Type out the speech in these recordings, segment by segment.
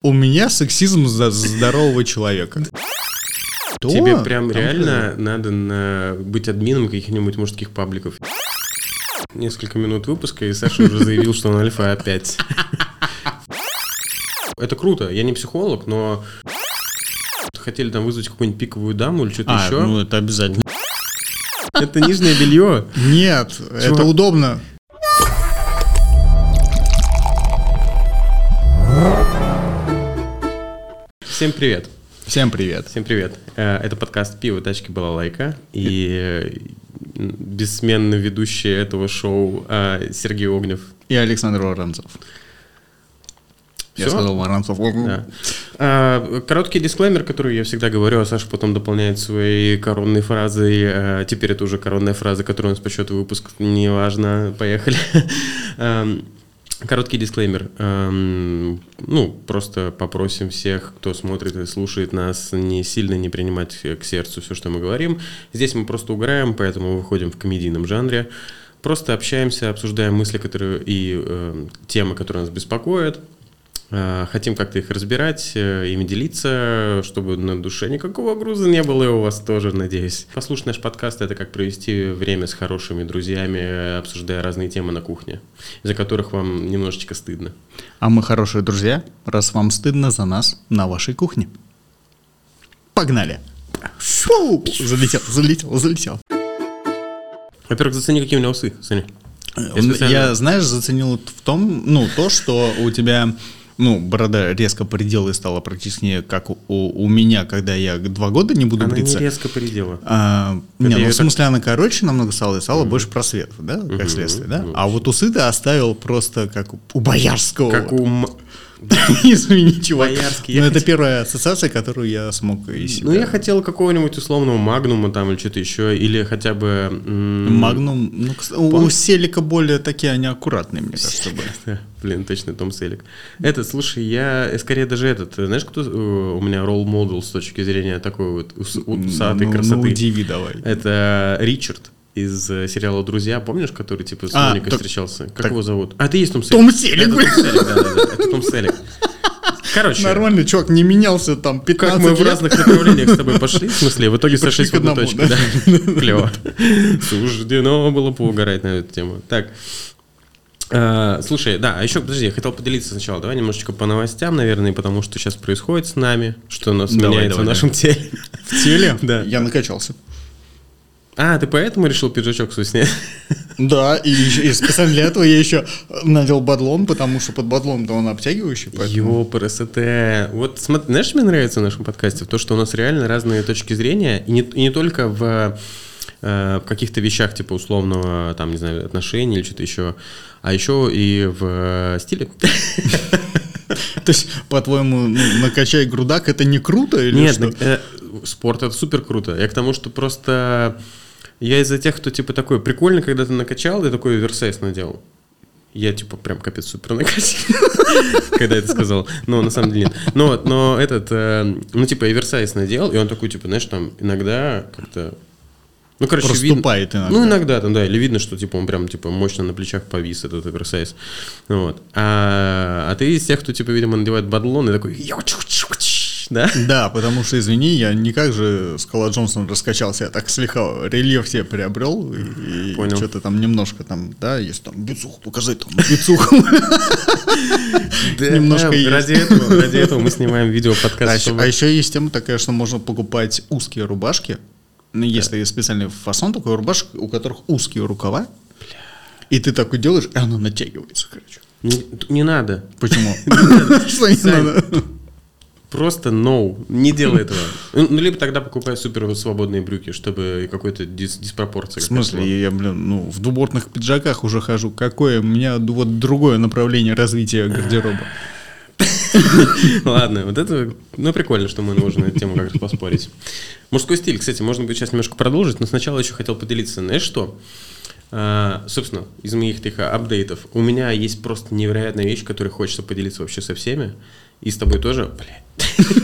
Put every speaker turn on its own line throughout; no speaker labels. У меня сексизм за здорового человека. То,
Тебе прям
там
реально надо на- быть админом каких-нибудь мужских пабликов. Несколько минут выпуска, и Саша уже заявил, что он альфа опять. Это круто. Я не психолог, но хотели там вызвать какую-нибудь пиковую даму или что-то
А,
еще.
ну это обязательно.
Это нижнее белье.
Нет, это удобно.
Всем привет.
Всем привет.
Всем привет. Э, Это подкаст «Пиво, тачки, балалайка». И э, бессменно ведущий этого шоу э, Сергей Огнев.
И Александр Воронцов. Я
Всё?
сказал Воронцов.
Да. А, Короткий дисклеймер, который я всегда говорю, а Саша потом дополняет своей коронной фразой. А, Теперь это уже коронная фраза, которую он спасет в выпуск. Неважно, поехали. Ам, Короткий дисклеймер. Ам, Ну, просто попросим всех, кто смотрит и слушает нас, не сильно не принимать к сердцу все, что мы говорим. Здесь мы просто угораем, поэтому выходим в комедийном жанре. Просто общаемся, обсуждаем мысли, которые и э, темы, которые нас беспокоят. Э, Хотим как-то их разбирать, э, ими делиться, чтобы на душе никакого груза не было, и у вас тоже, надеюсь. Послушать наш подкаст — это как провести время с хорошими друзьями, э, обсуждая разные темы на кухне, из-за которых вам немножечко стыдно.
А мы хорошие друзья, раз вам стыдно за нас на вашей кухне. Погнали. Фу! Залетел, залетел, залетел.
Во-первых, зацени, какие у меня усы, Саня.
Э, Я,
специально-
знаешь, заценил в том, ну, то, что у тебя, ну, борода резко предела и стала практически как у, у меня, когда я два года не буду
Она не
бриться.
резко передела.
А, не,
Это
ну
я
в
так-
смысле она короче намного стала, и стала больше просвета, да, как
Мгм,
следствие, да?
мгм.
А вот усы ты оставил просто как у- у боярского.
Как у... м-
Извини, чувак.
Боярский, я
Но это
хотел-
первая ассоциация, которую я смог из себя...
Ну, я хотел какого-нибудь условного магнума там или что-то еще, или хотя бы... м,
Магнум, ну, кс- у- у Селика более такие, они аккуратные, мне кажется, были.
Да, Блин, точно, Том Селик. Это, слушай, я э, скорее даже этот, э, знаешь, кто э, у меня ролл модел с точки зрения такой вот ус- у- усатой
Ну,
красоты?
Ну, удиви давай.
Это Ричард из э, сериала «Друзья», помнишь, который типа с
А,
Моникой
так-
встречался? Как
так-
его зовут? А, это и есть Том Селик.
Том Селик,
Это
блин.
Том Селик, да-да-да, это Том Селик. Короче,
Нормально, чувак, не менялся там 15
как мы в
лет.
разных направлениях с тобой пошли, в смысле, в итоге
пришли
сошлись
к
в одной
одному,
точке, да? Клево. Суждено было поугарать на эту тему. Так, Э, Слушай, да, а еще, подожди, я хотел поделиться сначала. Давай немножечко по новостям, наверное, потому что сейчас происходит с нами, что у нас
Давай,
меняется
давай,
в нашем теле.
В теле?
Да.
Я накачался.
А, ты поэтому решил пиджачок свой снять?
Да, и, еще- и специально для этого я еще надел бадлон, потому что под бадлоном-то он обтягивающий, поэтому...
Йо, красота. Вот смотри, знаешь, что мне нравится в нашем подкасте? То, что у нас реально разные точки зрения, и не, и не только в э, в каких-то вещах, типа условного, там, не знаю, отношений или что-то еще, а еще и в э, стиле.
То есть, по-твоему, ну, накачай грудак, это не круто или
Нет,
что?
так, э, спорт это супер круто. Я к тому, что просто я из-за тех, кто типа такой, прикольно, когда ты накачал, ты такой оверсайз наделал. Я типа прям капец супер накачал, когда это сказал. Но на самом деле нет. Но, вот, но этот, э, ну типа оверсайз надел, и он такой типа, знаешь, там иногда как-то... Ну, короче,
Проступает
видно-
иногда.
Ну, иногда там, да, или видно, что типа он прям типа мощно на плечах повис этот оверсайз. Ну, Вот. А, а ты из тех, кто типа, видимо, надевает бадлон и такой... «Ячу-чу-чу-чу», Да?
Да, потому что, извини, я не как же Скала Джонсон раскачался, я так слегка рельеф себе приобрел, и,
Понял.
что-то там немножко там, да, есть там бицух, покажи там бицух.
Да,
Немножко
да,
есть.
Э, ради этого, ради этого мы снимаем видео
А
подкаст.
еще, а еще есть тема такая, что можно покупать узкие рубашки, ну, если специальный фасон такой рубашек, у которых узкие рукава, и ты такой делаешь, и оно натягивается, короче.
Не, не надо.
Почему? Что не
Сань,
надо?
Просто no. Не делай этого. Ну, либо тогда покупай супер свободные брюки, чтобы какой-то дис- диспропорция.
В смысле, я, блин, ну, в двубортных пиджаках уже хожу. Какое у меня ду- вот другое направление развития гардероба.
Ладно, вот это... Ну, прикольно, что мы можем на эту тему как-то поспорить. Мужской стиль, кстати, можно будет сейчас немножко продолжить, но сначала еще хотел поделиться. Знаешь что? А, собственно, из моих таких апдейтов. У меня есть просто невероятная вещь, которой хочется поделиться вообще со всеми. И с тобой тоже. Блядь.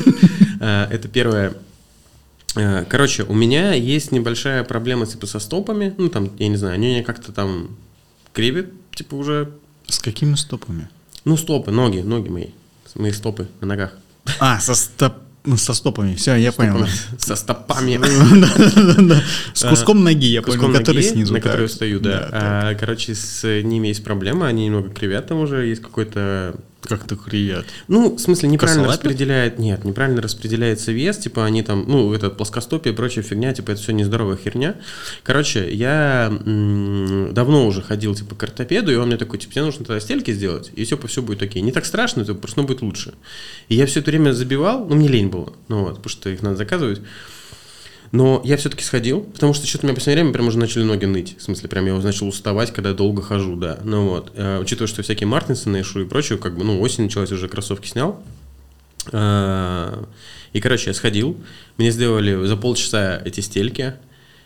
А, Это первое. Э, Короче, у меня есть небольшая проблема типа со стопами. Ну, там, я не знаю, они у меня как-то там кривят, типа уже.
С какими стопами?
Ну, стопы, ноги, ноги мои. В Мои стопы на ногах.
А, со, стоп... ну, со стопами. Все, я понял.
Со стопами.
Да-да-да. С куском ноги, я
Куском
понял, который
ноги,
снизу.
на
так.
который встаю, да.
так.
А, Короче, с ними есть проблема, они немного кривят там уже, есть какой-то
Как-то кривят.
Ну, в смысле, неправильно
Косолапят?
распределяет... Нет, неправильно распределяется вес, типа они там, ну, это плоскостопие и прочая фигня, типа это все нездоровая херня. Короче, я м, давно уже ходил, типа, к ортопеду, и он мне такой, типа, тебе нужно тогда стельки сделать, и все, все будет окей. Не так страшно, это просто ну, будет лучше. И я все это время забивал, ну, мне лень было, ну вот, потому что их надо заказывать. Но я все-таки сходил, потому что что-то у меня в последнее время прям уже начали ноги ныть. В смысле, прям я уже начал уставать, когда я долго хожу, да. Ну вот, э, учитывая, что всякие Мартинсоны и Шу и прочее, как бы, ну, осень началась, уже кроссовки снял. Э, И, короче, я сходил, мне сделали за полчаса эти стельки,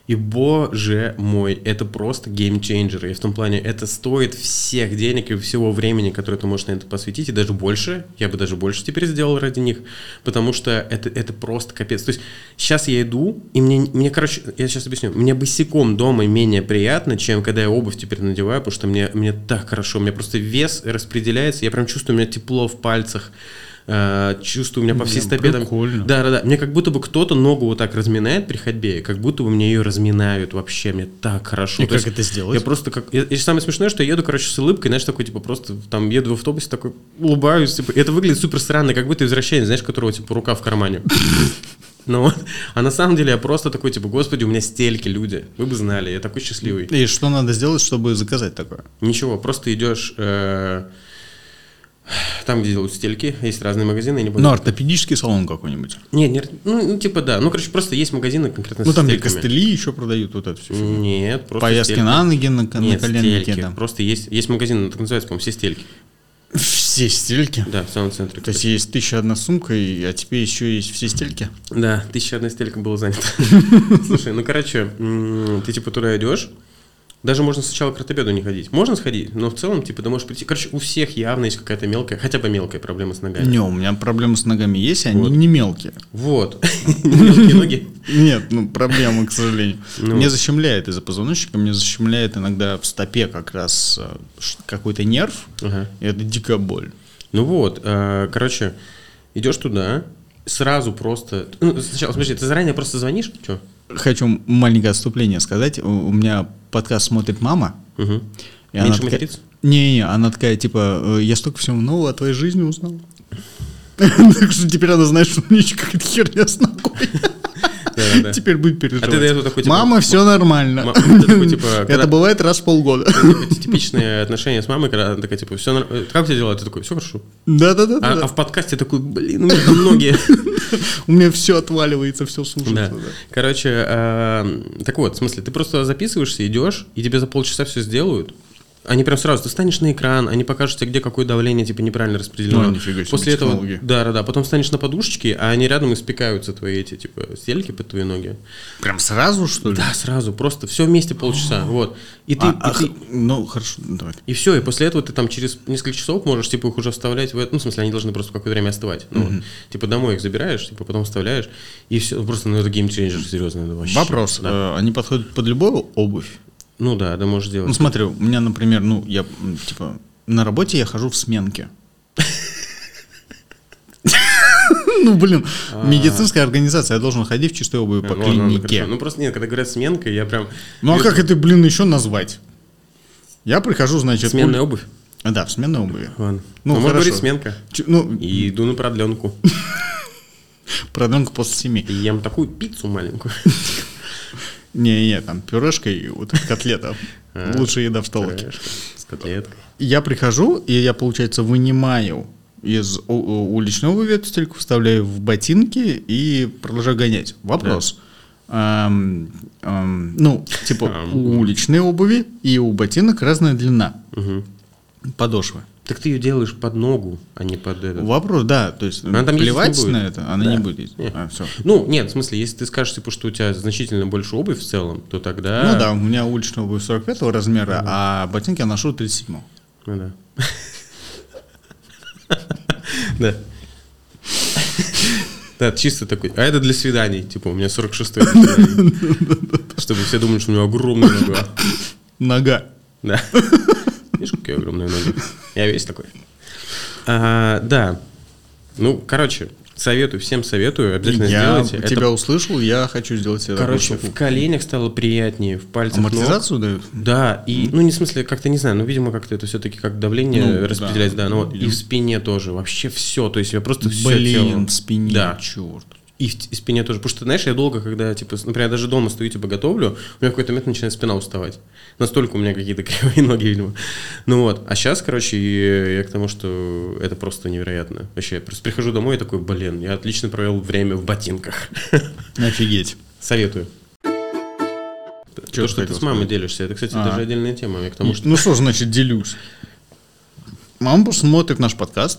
и, боже мой, это просто геймчейнджер. И в том плане, это стоит всех денег и всего времени, которое ты можешь на это посвятить, и даже больше. Я бы даже больше теперь сделал ради них, потому что это, это просто капец. То есть сейчас я иду, и мне, мне, короче, я сейчас объясню. Мне босиком дома менее приятно, чем когда я обувь теперь надеваю, потому что мне, мне так хорошо. У меня просто вес распределяется, я прям чувствую, у меня тепло в пальцах. э, чувствую, у меня по всей
Блин,
стопе там-
прикольно.
Да, да, да. Мне как будто бы кто-то ногу вот так разминает при ходьбе, и как будто бы мне ее разминают вообще. Мне так хорошо.
И
То
как
есть
это сделать?
Я просто как. я- и самое смешное, что я еду, короче, с улыбкой, знаешь, такой, типа, просто там еду в автобусе, такой улыбаюсь, типа. и это выглядит супер странно, как будто извращение, знаешь, которого типа рука в кармане. Ну вот. А на самом деле я просто такой, типа, господи, у меня стельки, люди. Вы бы знали, я такой счастливый.
И что надо сделать, чтобы заказать такое?
Ничего, просто идешь. э, Там, где делают стельки, есть разные магазины, я не буду
Ну, ортопедический салон какой-нибудь.
Не, не, ну, ну, типа да. Ну, короче, просто есть магазины конкретно
Ну,
со
там, где
стельками.
костыли еще продают, вот это все.
Нет, просто
Повязки
стельки.
на ноги, на, на
Нет,
коленники.
стельки.
там.
Просто есть, есть магазин, так называется, по-моему, все стельки.
Все стельки.
Да, в самом центре.
То есть есть тысяча одна сумка, и- а теперь еще есть все стельки.
Да, тысяча одна стелька была занята. Слушай, ну, короче, м, ты, типа, туда идешь, даже можно сначала к ортопеду не ходить. Можно сходить, но в целом, типа, ты можешь прийти. Короче, у всех явно есть какая-то мелкая, хотя бы мелкая проблема с ногами.
Не, у меня проблемы с ногами есть, и они
Вот.
не мелкие.
Вот. Мелкие ноги.
Нет, ну проблемы, к сожалению.
Ну.
Мне защемляет из-за позвоночника, мне защемляет иногда в стопе как раз э, ш- какой-то нерв,
Ага.
и это дикая боль.
Ну вот, э, короче, идешь туда, сразу просто... Ну, сначала, смотри, ты заранее просто звонишь? Че?
Хочу маленькое отступление сказать. У у меня подкаст смотрит мама.
Угу.
и она
Меньше
такая-
материться?
Не-не, она такая, типа, «Э, я столько всего нового о твоей жизни узнал. Так что теперь она знает, что у меня еще какая-то херня с ногой.
Да-да-да.
Теперь будет
А ты до
переживать.
этого такой,
Типа
типа...
Мама, все нормально.
Ма- ты такой, типа, когда-
Это бывает раз в полгода.
типа, типичные отношения с мамой, когда она такая, типа, все, как у тебя дела? Ты такой, все хорошо.
Да-да-да.
А,
да.
а в подкасте такой, блин, у меня там ноги.
У меня все отваливается, все слушается.
Да. Короче, э, так вот, в смысле, ты просто записываешься, идешь, и тебе за полчаса все сделают. Они прям сразу, ты станешь на экран, они покажут тебе, где какое давление, типа, неправильно распределено.
Ну, нифига себе,
После этого,
технологии.
да, да, да, потом станешь на подушечке, а они рядом испекаются твои эти, типа, стельки под твои ноги.
Прям сразу, что ли?
Да, сразу, просто все вместе полчаса, вот. И ты,
А,
и
а,
ты-
х- ну, хорошо, давай.
И все, и после этого ты там через несколько часов можешь, типа, их уже вставлять в это. Ну, в смысле, они должны просто в какое-то время остывать. Ну, вот. типа, домой их забираешь, типа, потом вставляешь, и все. Просто, ну, это геймчейнджер, серьезно, это вообще.
Вопрос.
Да.
э, Они подходят под любую обувь?
Ну да, да, можешь
Ну,
делать.
смотри, у меня, например, ну, я, м, типа, на работе я хожу в сменке. Ну, блин, медицинская организация, я должен ходить в чистой обуви
А,
по
ну, ладно, ладно,
клинике.
хорошо. Ну, просто нет, когда говорят сменка, я прям...
Ну, а
Я-
как это, блин, еще назвать? Я прихожу, значит...
Сменная
уль-
обувь?
А, Да, в сменной обуви.
Ладно.
Ну,
Ну, можно
хорошо.
говорить сменка.
Чё, Ну,
И иду на продленку.
продленка после семи.
И ем такую пиццу маленькую.
Не-не, там пюрешка и вот эта котлета.
А,
Лучшая еда в столовке.
Пюрешка С котлеткой.
Я прихожу, и я, получается, вынимаю из у- у- уличной обуви эту стельку, вставляю в ботинки и продолжаю гонять. Вопрос. Эм, эм, ну, типа,
Эм.
у уличной обуви и у ботинок разная длина
Мгм.
подошвы.
Так ты ее делаешь под ногу, а не под этот.
Вопрос, да, то есть
Она там ездить не
плевать
будет.
на это, она
Да.
не будет. ездить.
Нет.
А, всё.
Ну, нет, в смысле, если ты скажешь, типа, что у тебя значительно больше обувь в целом, то тогда...
Ну да, у меня уличная обувь 45 размера, а ботинки я ношу 37
Ну да. Да. Да, чисто такой. А это для свиданий. Типа, у меня 46-й. Чтобы все думали, что у меня огромная нога.
Нога.
Да. Видишь, какие огромные ноги? Я весь такой. А, Да. Ну, короче, советую, всем советую, обязательно
Я
сделайте. Это,
тебя услышал, я хочу сделать себе такую
короче, в
штуку.
коленях стало приятнее, в пальцах ног.
Амортизацию дают?
Да, и, ну, не в смысле, как-то, не знаю, ну, видимо, как-то это все-таки как давление
Ну, да.
распределяется, да, ну, вот, и
Видимо.
в спине тоже, вообще все, то есть я просто все
Блин, в спине,
Да.
черт.
И в и спине тоже. Потому что, знаешь, я долго, когда, типа, с- например, я даже дома стою, типа, готовлю, у меня в какой-то момент начинает спина уставать. Настолько у меня какие-то кривые ноги, видимо. Ну вот. А сейчас, короче, и э, я к тому, что это просто невероятно. Вообще, я просто прихожу домой и такой, блин, я отлично провел время в ботинках.
Офигеть.
Советую.
Чё
То, что ты
хотел
с мамой
сказать?
делишься, это, кстати,
А.
даже отдельная тема. Я к тому, что...
Ну что ж, значит, делюсь. Мама просто смотрит наш подкаст,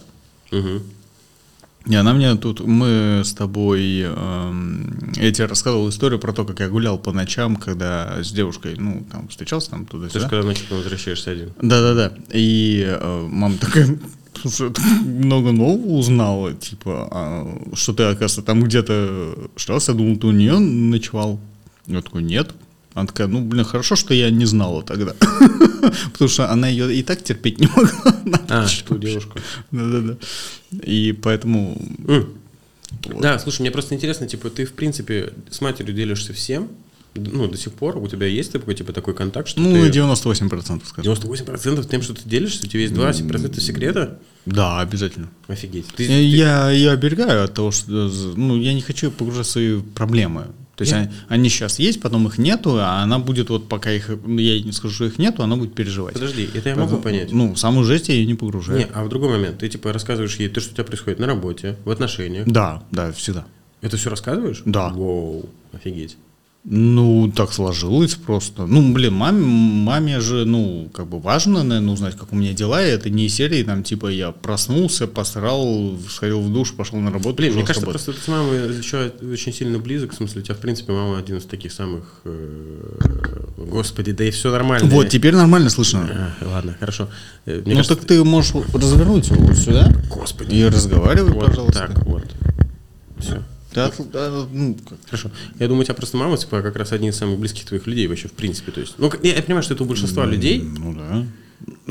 Мгм.
и она мне тут... Мы с тобой... эм, я тебе рассказывал историю про то, как я гулял по ночам, когда с девушкой, ну, там, встречался, там,
Ты
туда-сюда.
же когда ночью потом возвращаешься один.
Да-да-да. И э, мама такая, слушай, ты много нового узнала, типа, а, что ты, оказывается, там где-то шрался, я думал, ты у нее ночевал. Я такой, нет. Она такая, ну, блин, хорошо, что я не знала тогда. Потому что она ее и так терпеть не могла.
А, ту девушку.
Да-да-да. И поэтому...
М.
Вот.
Да, слушай, мне просто интересно, типа, ты, в принципе, с матерью делишься всем, Д- ну, до сих пор у тебя есть такой, типа, такой контакт, что
Ну,
ты...
98% скажем.
98% тем, что ты делишься, у тебя есть 20% секрета?
Да, обязательно.
Офигеть. Ты,
Я-
ты-
Э, Я ее оберегаю от того, что з- ну, я не хочу погружать в свои проблемы. То есть
Я-
они, они сейчас есть, потом их нету, а она будет вот пока их, ну, я ей не скажу, что их нету, она будет переживать.
Подожди, это я
Поэтому,
могу понять.
Ну, саму жесть я ее не погружаю.
Не, а в другой момент, ты, типа, рассказываешь ей то, что у тебя происходит на работе, в отношениях.
Да, да, всегда.
Это все рассказываешь?
Ну, Да.
Воу, офигеть.
Ну, так сложилось просто. Ну, блин, маме, маме же, ну, как бы важно, наверное, узнать, как у меня дела. И это не из серии, там, типа, я проснулся, посрал, сходил в душ, пошел на работу.
Блин, мне
пошел
кажется,
работать.
просто ты с мамой еще очень сильно близок, в смысле, у тебя, в принципе, мама один из таких самых... э, Господи, да и все нормально.
Вот, теперь нормально слышно.
А, Ладно, хорошо. Э, Мне
ну,
кажется,
так ты можешь развернуть его вот сюда.
Господи.
И разговаривай,
Вот
пожалуйста.
Так, вот. Все.
Да, да, ну, как.
Хорошо. Я думаю, у тебя просто мама, типа, как раз один из самых близких твоих людей вообще, в принципе. То есть, ну, к- я, я понимаю, что это у большинства людей.
Ну да.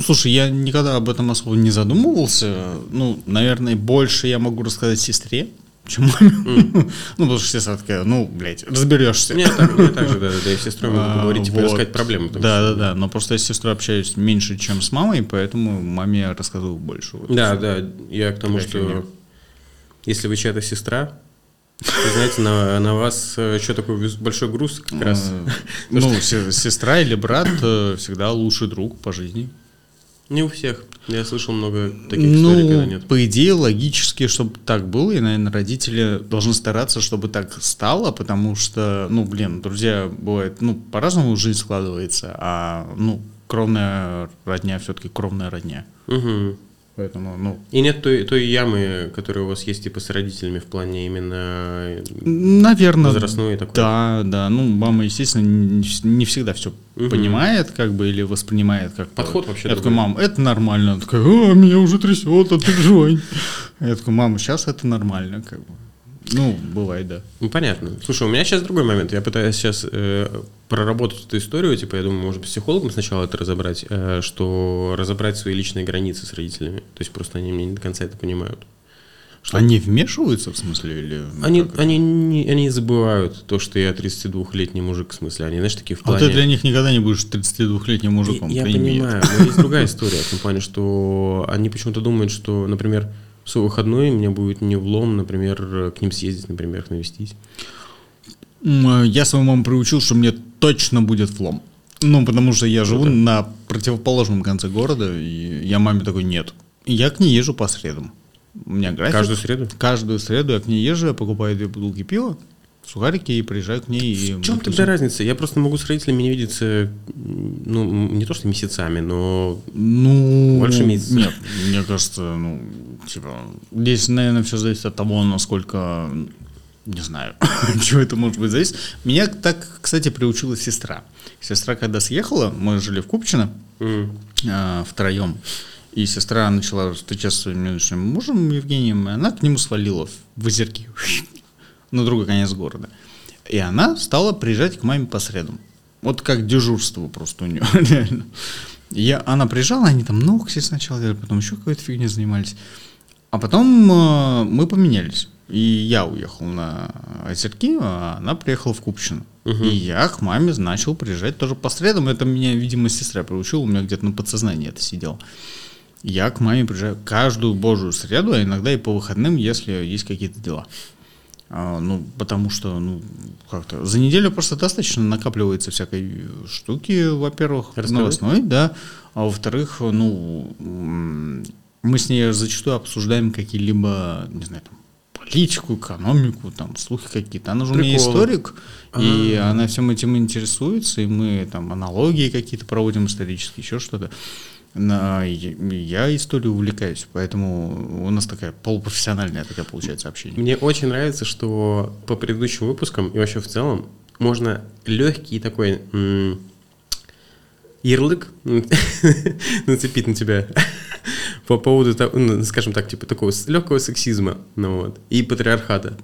Слушай, я никогда об этом особо не задумывался. Ну, наверное, больше я могу рассказать сестре, чем маме. Ну, потому что сестра такая, ну, блядь, разберешься.
Мне так, мне так же, да, да, да, и все сестрой могу
А,
поговорить, типа,
вот.
рассказать проблемы. там.
Да, да, да. Но просто я с сестрой общаюсь меньше, чем с мамой, поэтому маме я рассказываю больше. Вот.
Да, да, я к тому,
Такая фигня.
что если вы чья-то сестра, вы знаете, на, на вас еще такой вз- большой груз как раз.
Э, Ну, се- сестра или брат э, всегда лучший друг по жизни.
Не у всех. Я слышал много таких историй, когда
Ну,
нет.
по идее, логически, чтобы так было, и, наверное, родители должны стараться, чтобы так стало, потому что, ну, блин, друзья, бывает, ну, по-разному жизнь складывается, а, ну, кровная родня все-таки кровная родня.
Мгм.
Поэтому, ну,
И нет той, той ямы, которая у вас есть, типа, с родителями в плане именно...
наверное,
Возрастной такой.
да, да, ну, мама, естественно, не, вс- не всегда все
Мгм.
понимает, как бы, или воспринимает как
Подход вообще
Я такой,
другой.
мам, это нормально. Она такая, а, меня уже трясет, а ты жонь. Я такой, мама, сейчас это нормально, как бы. Ну, бывает, да.
Ну, понятно. Слушай, у меня сейчас другой момент. Я пытаюсь сейчас проработать эту историю, типа, я думаю, может, с психологом сначала это разобрать, э, что разобрать свои личные границы с родителями. То есть просто они меня не до конца это понимают. Что?
Они вмешиваются, в смысле, или...
Они,
как?
они, не- они забывают то, что я 32-летний мужик, в смысле, они, знаешь, такие в
А
плане...
ты для них никогда не будешь 32-летним мужиком.
Я
пойми
понимаю, но есть другая история в том плане, что они почему-то думают, что, например, в свой выходной мне будет не влом, например, к ним съездить, например, их навестить.
это. М, э, Я свою маму приучил, что мне точно будет влом. Ну, потому что я живу на противоположном конце города, и я маме такой, нет. И Я к ней езжу по средам. У меня график.
Каждую среду?
Каждую среду я к ней езжу, я покупаю две бутылки пива, сухарики и приезжаю к ней. и
В чем
мы
тогда
тусим.
разница? Я просто могу с родителями не видеться, м, ну, м, не то что месяцами, но...
Ну,
Больше месяца.
Нет, мне кажется, ну, типа, здесь, наверное, все зависит от того, насколько, не знаю, чего это может быть зависит. Меня так, кстати, приучила сестра. Сестра, когда съехала, мы жили в Купчино
м,
втроем, а, и сестра начала встречаться с своим нынешним мужем Евгением, и она к нему свалила в- в озерки на другой конец города. И она стала приезжать к маме по средам. Вот как дежурство просто у нее, реально. Я, она приезжала, они там ногти сначала делали, потом еще какой-то фигней занимались. А потом э, мы поменялись. И я уехал на Озерки, а она приехала в Купчино.
Мгм.
И я к маме начал приезжать тоже по средам. Это меня, видимо, сестра приучила, у меня где-то на подсознании это сидело. Я к маме приезжаю каждую божью среду, а иногда и по выходным, если есть какие-то дела. А, ну, потому что, ну, как-то за неделю просто достаточно накапливается всякой штуки, во-первых, Ну,
Расскажи.
новостной, да, а во-вторых, ну, м, мы с ней зачастую обсуждаем какие-либо, не знаю, там, политику, экономику, там, слухи какие-то. Она же у меня
Приколы.
историк, и она всем этим интересуется, и мы там аналогии какие-то проводим исторические, еще что-то. На- я- я историей увлекаюсь, поэтому у нас такая полупрофессиональная такая получается общение.
Мне очень нравится, что по предыдущим выпускам и вообще в целом можно легкий такой м, ярлык нацепить на тебя по поводу, того, ну, скажем так, типа такого легкого сексизма ну, вот, и патриархата.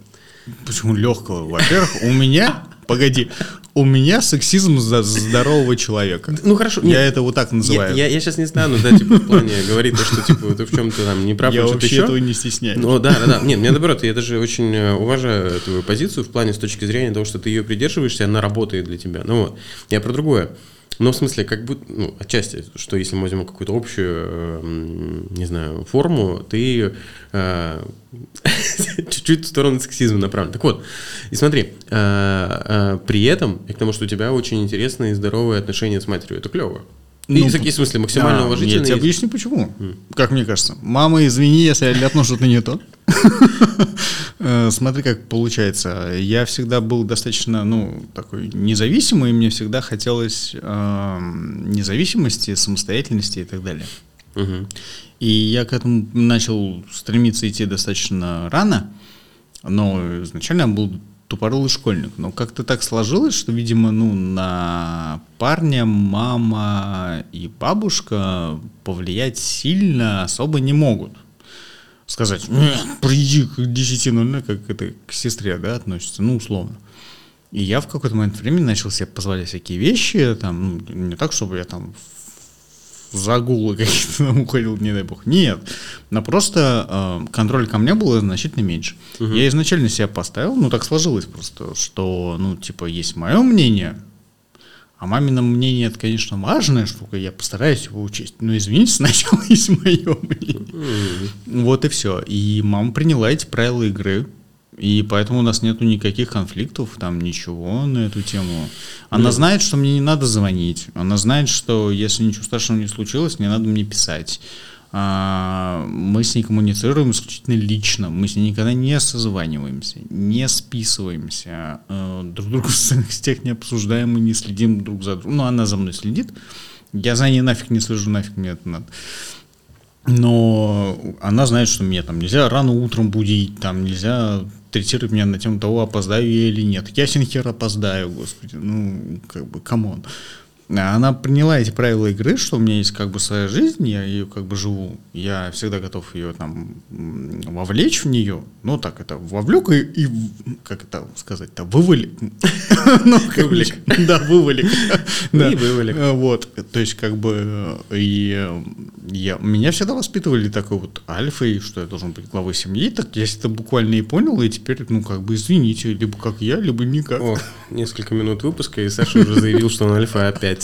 Ну, Почему легкого? Во-первых, у меня, погоди, у меня сексизм за здорового человека.
Ну хорошо,
Я
нет,
это вот так
я,
называю.
я, я сейчас не стану, да, типа в плане говорить, то, что типа ты в чем-то там не прав,
Я
или что-то
вообще
еще.
этого не стесняюсь.
Ну да, да, да. Нет, мне наоборот, я даже очень э, уважаю твою позицию в плане с точки зрения того, что ты ее придерживаешься, она работает для тебя. Ну вот. Я про другое. Но в смысле, как будто, ну, отчасти, что если мы возьмем какую-то общую, э, м, не знаю, форму, ты э, чуть-чуть в сторону сексизма направлен. Так вот, и смотри, э, э, при этом, и к тому, что у тебя очень интересные и здоровые отношения с матерью, это клево. И,
Ну,
в такие, в смысле, максимально
А,
уважительные.
Я тебе объясню, почему. Как мне кажется. Мама, извини, если я ляпну что-то не то. Э, Смотри, как получается. Я всегда был достаточно, ну, такой независимый, и мне всегда хотелось эм, независимости, самостоятельности и так далее.
Мгм.
И я к этому начал стремиться идти достаточно рано, но изначально я был тупорылый школьник. Но как-то так сложилось, что, видимо, ну, на парня мама и бабушка повлиять сильно особо не могут. Сказать, «Нет, приди к 10.00, как это к сестре, да, относится, ну, условно. И я в какой-то момент времени начал себе позволять всякие вещи, там, ну, не так, чтобы я там в загулы какие-то там уходил, не дай бог. Нет. Но просто э, контроль ко мне было значительно меньше. Я изначально себя поставил, ну так сложилось просто, что, ну, типа, есть мое мнение, а мамино мнение это, конечно, важная штука, я постараюсь его учесть. Но извините, сначала есть мое мнение.
М.
Вот и все. И мама приняла эти правила игры. И поэтому у нас нету никаких конфликтов, там ничего на эту тему. Она
Ну.
знает, что мне не надо звонить. Она знает, что если ничего страшного не случилось, не надо мне писать. А, Мы с ней коммуницируем исключительно лично. Мы с ней никогда не созваниваемся, не списываемся, э, друг друга в социальных сетях не обсуждаем и не следим друг за другом. Ну, она за мной следит. Я за ней нафиг не слежу, нафиг мне это надо. Но она знает, что мне там нельзя рано утром будить, там нельзя третировать меня на тему того, опоздаю я или нет. Ясен хер опоздаю, господи, ну, как бы, камон. А Она приняла эти правила игры, что у меня есть как бы своя жизнь, я ее как бы живу, я всегда готов ее там м, вовлечь в нее, ну так это вовлек и, и в- как это сказать-то, вывалик. Ну, как бы,
Вывлек.
Да, вывалик. Да.
И вывалик.
Э, Вот, то есть как бы э, и э, я, меня всегда воспитывали такой вот альфой, что я должен быть главой семьи, так я это буквально и понял, и теперь, ну как бы извините, либо как я, либо никак.
О, несколько минут выпуска, и Саша уже заявил, что он альфа опять.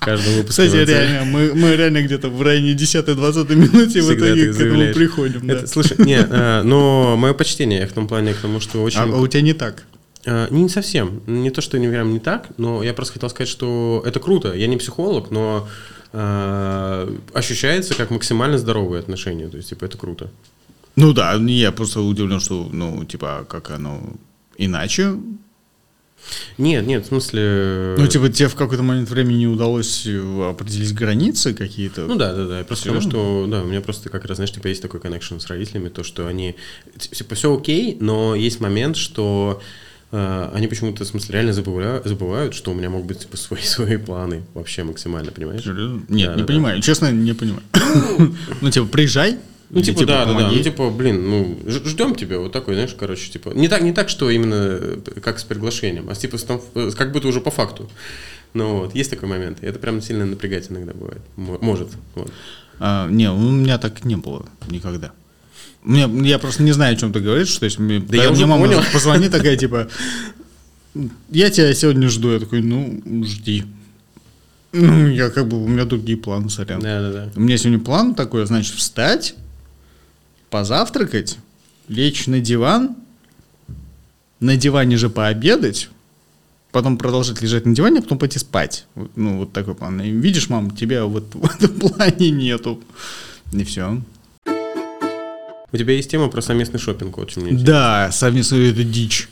В каждом выпуске.
Кстати,
он это-
реально, мы, мы реально где-то в районе 10-20 минуте в
Всегда
итоге
так
к этому
заявляешь.
приходим. да.
Это, слушай, не, э, но мое почтение в том плане, к тому, что очень...
А, а у тебя не так.
Э, Не совсем. Не то, что не прям не так, но я просто хотел сказать, что это круто. Я не психолог, но э, ощущается как максимально здоровые отношения. То есть, типа, это круто.
Ну да, не, я просто удивлен, что, ну, типа, как оно иначе.
Нет, нет, в смысле... э,
Ну, типа, тебе в какой-то момент времени удалось э, определить границы какие-то.
Ну да, да, да. Просто потому
Серьезно?
что, да, у меня просто как раз, знаешь, типа есть такой коннекшн с родителями, то, что они, т- типа, все окей, но есть момент, что э, они почему-то, в смысле, реально забывля- забывают, что у меня могут быть, типа, свои, свои планы вообще максимально, понимаешь?
Серьезно? Нет,
Да,
не
да,
понимаю. Честно, не понимаю. Ну, типа, приезжай.
Ну,
или,
типа, да, да, да.
помоги.
Ну, типа, блин, ну, ждем тебя, вот такой, знаешь, короче, типа. Не так, не так, что именно э, как с приглашением, а с, типа с там, э, как будто уже по факту. Ну вот, есть такой момент. И это прям сильно напрягать иногда бывает. Мо- Может. Вот.
А, Не, у меня так не было никогда. Мне, я просто не знаю, о чем ты говоришь. То есть мне,
Да я
мне
уже
мама
понял.
позвони такая, типа, я тебя сегодня жду. Я такой, ну, жди. Ну, я как бы, у меня другие планы, сорян.
Да-да-да.
У меня сегодня план такой, значит, встать, позавтракать, лечь на диван, на диване же пообедать, потом продолжать лежать на диване, а потом пойти спать. Вот, ну, вот такой план. И видишь, мам, тебя вот в этом плане нету. И все.
У тебя есть тема про совместный шопинг очень мне.
Да, совместно это дичь.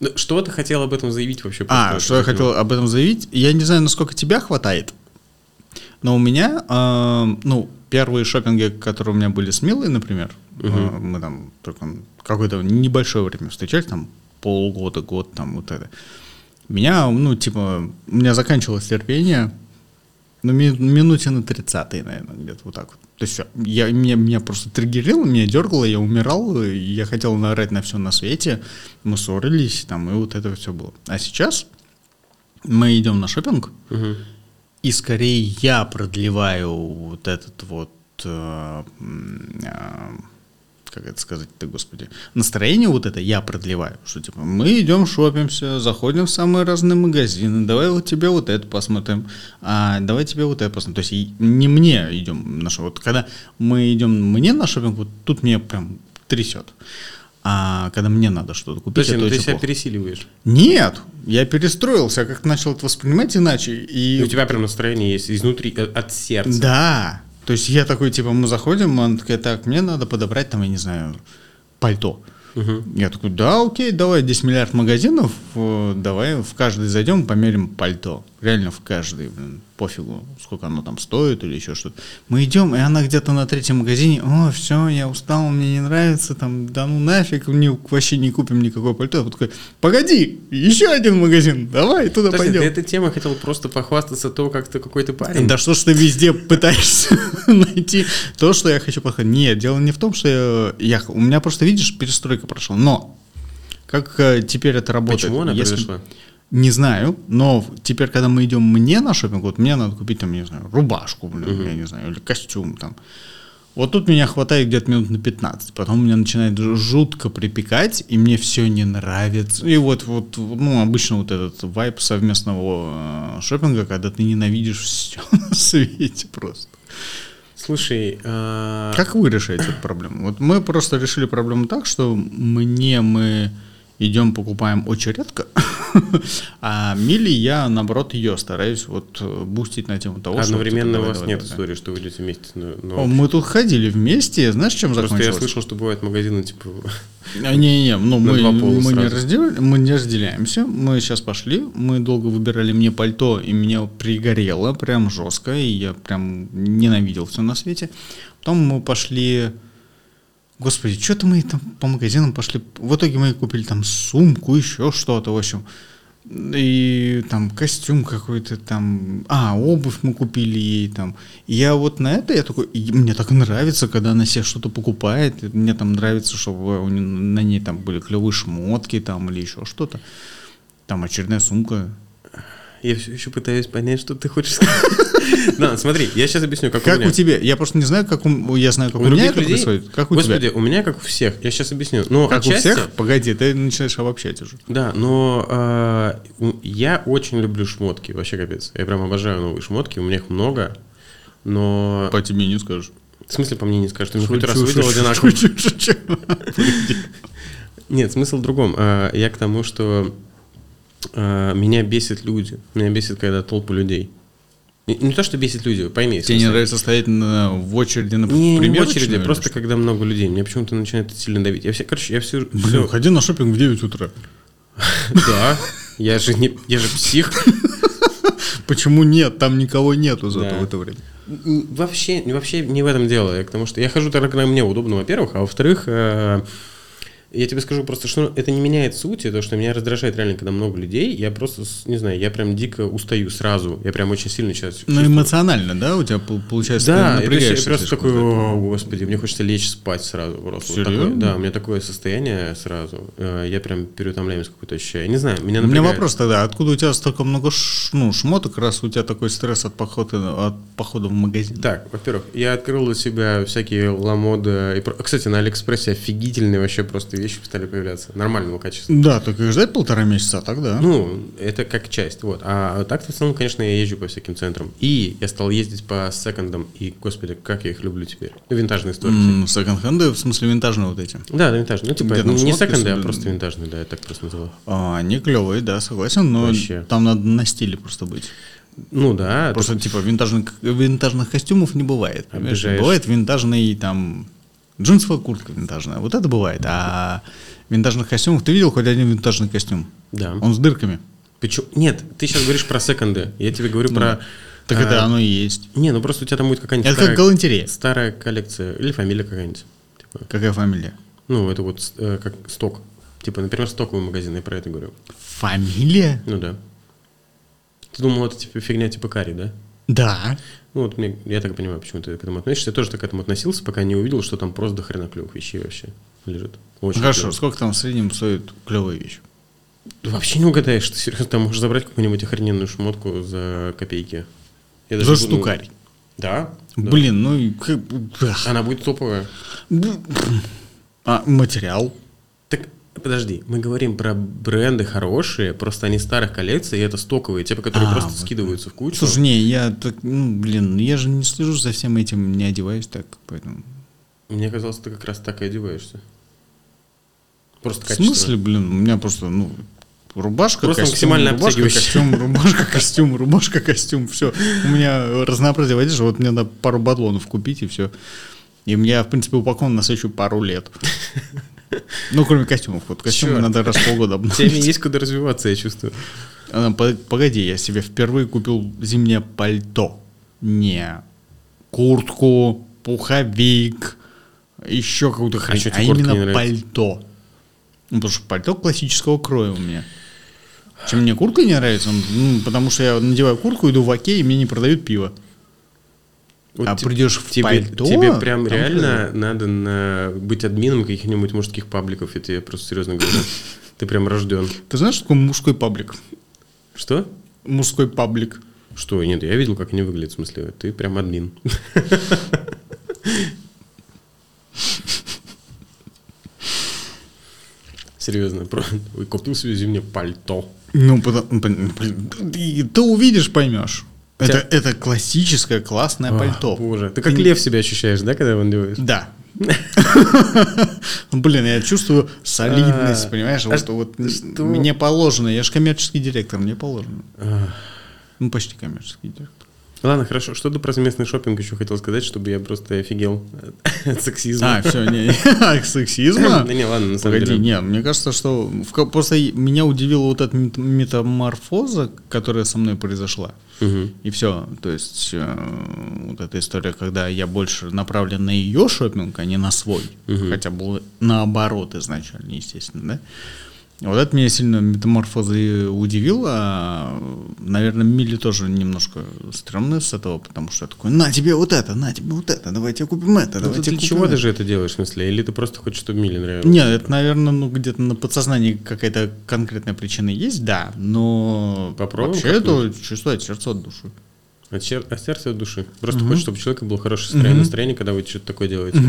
Ну, Что ты хотел об этом заявить вообще? Ну,
А,
Просто
что я хотел об этом заявить. Я не знаю, насколько тебя хватает, но у меня, эм, ну, первые шопинги, которые у меня были с Милой, например, э, мы там только какое-то небольшое время встречались, там полгода, год, там вот это. Меня, ну, типа, у меня заканчивалось терпение, ну, ми- минуте на 30 наверное, где-то вот так вот. То есть всё, я, меня, меня просто триггерило, меня дергало, я умирал, и я хотел наорать на все на свете, мы ссорились, там, и вот это все было. А сейчас мы идем на шопинг,
Мгм.
и скорее я продлеваю вот этот вот, э, м, а, как это сказать-то, господи, настроение вот это я продлеваю, что типа мы идем шопимся, заходим в самые разные магазины, давай вот тебе вот это посмотрим, а давай тебе вот это посмотрим. То есть и не мне идем на шопинг, вот когда мы идем мне на шопинг, вот тут мне прям трясет. А когда мне надо что-то купить,
Подожди,
это
ну ты
очень
себя
плохо.
пересиливаешь.
Нет, я перестроился, я как начал это воспринимать иначе. И
И у тебя прям настроение есть изнутри, э, от сердца.
да. То есть я такой, типа, мы заходим, она такая, так, мне надо подобрать там, я не знаю, пальто.
Мгм.
Я такой, да, окей, давай, 10 миллиард магазинов, э, давай в каждый зайдем, померим пальто. Реально в каждый, блин, пофигу, сколько оно там стоит или еще что-то. Мы идем, и она где-то на третьем магазине, о, все, я устал, мне не нравится, там, да ну нафиг, мне вообще не купим никакое пальто. Я такой, погоди, еще один магазин, давай туда
Подожди,
пойдем.
ты этой темой хотел просто похвастаться то, как ты какой-то парень.
Да что ж ты везде пытаешься найти то, что я хочу подходить. Нет, дело не в том, что я, я- У меня просто, видишь, перестройка прошла. Но как э, теперь это работает?
Почему она
Если-
произошла?
Не знаю, но теперь, когда мы идем мне на шопинг, вот мне надо купить там, я не знаю, рубашку, блин, я не знаю, или костюм там. Вот тут меня хватает где-то минут на 15, потом меня начинает ж- жутко припекать, и мне все не нравится. И вот, вот, ну, обычно вот этот вайп совместного э, шопинга, когда ты ненавидишь все на свете просто.
Слушай, а,
Как вы решаете эту проблему? Вот мы просто решили проблему так, что мне мы идем покупаем очень редко, а Миле я, наоборот, ее стараюсь вот э, бустить на тему того, что...
одновременно
типа,
у
давай,
вас
давай,
нет
давай.
истории, что вы идете вместе. но- но
О, Мы тут ходили вместе, знаешь, чем
Просто я
закончилось?
слышал, что бывают магазины, типа...
А, Не-не, ну
На
мы,
два пола
мы, не
сразу.
раздел- мы не разделяемся. Мы сейчас пошли, мы долго выбирали мне пальто, и меня пригорело прям жестко, и я прям ненавидел все на свете. Потом мы пошли... Господи, что-то мы там по магазинам пошли. В итоге мы купили там сумку, еще что-то, в общем. И там костюм какой-то там... А, обувь мы купили ей там. И Я вот на это, я такой... и Мне так нравится, когда она себе что-то покупает. И Мне там нравится, чтобы у н- на ней там были клевые шмотки там или еще что-то. Там очередная сумка.
Я все еще пытаюсь понять, что ты хочешь сказать. Да, смотри, я сейчас объясню, как у
Как
меня.
у тебя? Я просто не знаю, как у... Я знаю, как у, меня
других
это
людей-
происходит. Как у
Господи,
тебя?
у меня как у всех. Я сейчас объясню. Но
Как у
отчасти-
всех? Погоди, ты начинаешь обобщать уже.
Да, но э, у- я очень люблю шмотки, вообще капец. Я прям обожаю новые шмотки, у меня их много. Но...
По тебе не скажешь.
В смысле, по мне не скажешь, ты меня хоть раз
Шучу,
видел
шучу,
одинаково.
шучу, шучу.
Нет, смысл в другом. Э, Я к тому, что э, меня бесит люди. Меня бесит, когда толпа людей. Не- Не то, что бесит люди, пойми. в
Тебе не
смысле.
нравится стоять на- в очереди на
Не, не в
примерочную
очереди, а
или
просто
что?
когда много людей. Меня почему-то начинает это сильно давить. Я все, короче, я всю...
Блин,
всю-
ходи на шопинг в 9 утра.
Да, я же не... Я же псих.
Почему нет? Там никого нету зато
Да.
в это время.
Н- Вообще, вообще не в этом дело. Я к тому, что я хожу тогда, когда мне удобно, во-первых, а во-вторых, э, Я тебе скажу просто, что это не меняет сути, то, что меня раздражает реально, когда много людей, я просто, с- не знаю, я прям дико устаю сразу, я прям очень сильно сейчас
Ну, эмоционально, да, у тебя пол- получается, ты
Да, и то есть я
напрягаешься
просто
слишком
такой,
за это.
о, господи, мне хочется лечь спать сразу просто. Вот такое.
Серьезно?
да, у меня такое состояние сразу. Э, Я прям переутомляюсь какое-то ощущение. Не знаю, меня
У меня
напрягает.
вопрос тогда, откуда у тебя столько много ш- ну, шмоток, раз у тебя такой стресс от похода, от похода в магазин?
Так, во-первых, я открыл для себя всякие ламоды. и про- Кстати, на Алиэкспрессе офигительные вообще просто вещи стали появляться. Нормального качества.
Да, только их ждать полтора месяца, а так да.
Ну, это как часть, вот. А так, в основном, конечно, я езжу по всяким центрам. И я стал ездить по секондам, и, господи, как я их люблю тетеперь. Винтажные истории.
М, секонд-хенды, в смысле винтажные вот эти.
всякие. Да, да, винтажные. Ну, типа,
Где там
не
шмотки,
секонды, а
с-
просто винтажные, да, я так просто называл.
А, Они клевые, да, согласен, но
Вообще.
там надо на стиле просто быть.
Ну да,
Просто типа винтажных, винтажных костюмов не бывает. понимаешь?
Обижаешь.
Бывает винтажный там джинсовая куртка винтажная, вот это бывает. А винтажных костюмов ты видел хоть один винтажный костюм?
Да.
Он с дырками.
Причем- Нет, ты сейчас говоришь про секонды. Я тебе говорю про...
Ну, Так
а,
это оно и есть.
Не, ну просто у тебя там будет какая-нибудь
Это как
старая,
галантерея.
старая коллекция. Или фамилия какая-нибудь. Типа,
Какая фамилия?
Ну, это вот э, как сток. Типа, например, стоковый магазин, я про это говорю.
Фамилия?
Ну да. Ты думал, это типа фигня типа карри, да?
Да.
Ну вот мне, я так понимаю, почему ты к этому относишься. Я тоже так к этому относился, пока не увидел, что там просто до хрена клевых вещей вообще лежит. Очень
Ну, Хорошо,
клёво.
сколько там в среднем стоит клевая вещь?
Да вообще не угадаешь, ты серьезно, там можешь забрать какую-нибудь охрененную шмотку за копейки. Я даже
За
не буду-
штукарь.
Да. да.
Блин, ну и как- ах.
Она будет топовая.
А материал?
Так, подожди, мы говорим про бренды хорошие, просто они старых коллекций, и это стоковые, те, которые
А,
просто
вот
скидываются в кучу.
Слушай, не, я так, ну, блин, я же не слежу за всем этим, не одеваюсь так, поэтому...
Мне казалось, ты как раз так и одеваешься. Просто
В смысле,
качественно.
блин, у меня просто, ну, рубашка,
Просто
костюм,
максимально
рубашка,
обтягивающая.
костюм, рубашка, костюм, рубашка, костюм, все. У меня разнообразие в одежде, вот мне надо пару батлонов купить и все. И я, в принципе, упакован на следующую пару лет. Ну, кроме костюмов. Вот костюмы
Чёрт.
надо раз в полгода
Теме
обновить.
есть куда развиваться, я чувствую.
А, по- Погоди, я себе впервые купил зимнее пальто. Не куртку, пуховик, еще какую-то хрень,
чё
а,
тебе куртка не
именно
нравится?
пальто. Ну, потому что пальто классического кроя у меня. Чем мне куртка не нравится, ну, потому что я надеваю куртку, иду в окей, и мне не продают пиво.
Вот
а
те-
придешь в
тебе,
пальто...
тебе прям
там
реально надо на- быть админом каких-нибудь мужских пабликов, я тебе просто серьезно говорю. Ты прям рожден.
Ты знаешь, что такое мужской паблик?
Что?
Мужской паблик.
Что? Нет, я видел, как они выглядят, в смысле, ты прям админ. Серьезно, про- Ой, купил себе зимнее пальто.
Ну, потому- блин, блин, ты, ты увидишь, поймешь. Это, это классическое классное А, пальто.
Ах, Боже, ты как лев себя ощущаешь, да, когда его надеваешь?
Да. Блин, я чувствую солидность,
А,
понимаешь? Вот,
что-
вот м-
что?
мне положено, я же коммерческий директор, мне положено.
Ах.
Ну, почти коммерческий директор.
А. Ладно, хорошо. Что ты про местный шопинг еще хотел сказать, чтобы я просто офигел от- от сексизма?
А, все, не, не, сексизма?
Да не, ладно, на самом
Погоди,
деле.
не, мне кажется, что в ка- просто и- меня удивила вот эта мет- метаморфоза, которая со мной произошла.
Мгм.
И все. То есть э, вот эта история, когда я больше направлен на ее шопинг, а не на свой.
Мгм.
Хотя было наоборот изначально, естественно, да? Вот это меня сильно метаморфозы удивило. а, Наверное, Милли тоже немножко стрёмно с этого, потому что я такой, на тебе вот это, на тебе вот это, давайте купим это,
Ну,
давайте
ты для
купим
чего
это».
ты же это делаешь, в смысле? Или ты просто хочешь, чтобы Миле нравилось?
Нет, это, наверное, ну где-то на подсознании какая-то конкретная причина есть, да, но
Попробуем
вообще это чувство от сердца от души.
От, чер- от сердца и от души. Просто хочешь, чтобы у человека было хорошее настроение, настроение, когда вы что-то такое делаете.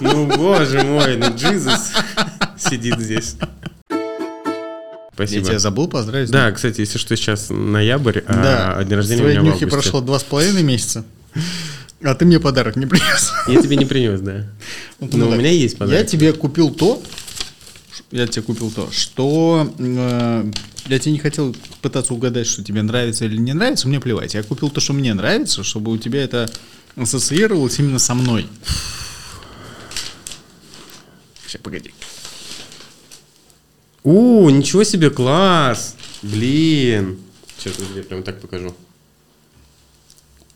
Ну, боже мой, ну, Джизус сидит здесь.
Я
Спасибо.
тебя забыл поздравить.
Да, кстати, если что, сейчас ноябрь, а день рождения
С
у
твоей
меня в
днюхи
августе.
прошло два с половиной месяца, а ты мне подарок не принес.
Я тебе не принес, да.
Ну,
Но у
подарок.
меня есть
Я
подарок.
тебе купил то, ш- я тебе купил то, что э, я тебе не хотел пытаться угадать, что тебе нравится или не нравится, мне плевать. Я купил то, что мне нравится, чтобы у тебя это ассоциировалось именно со мной. Сейчас, погоди.
О, ничего себе, класс! Блин. Сейчас я тебе прям так покажу.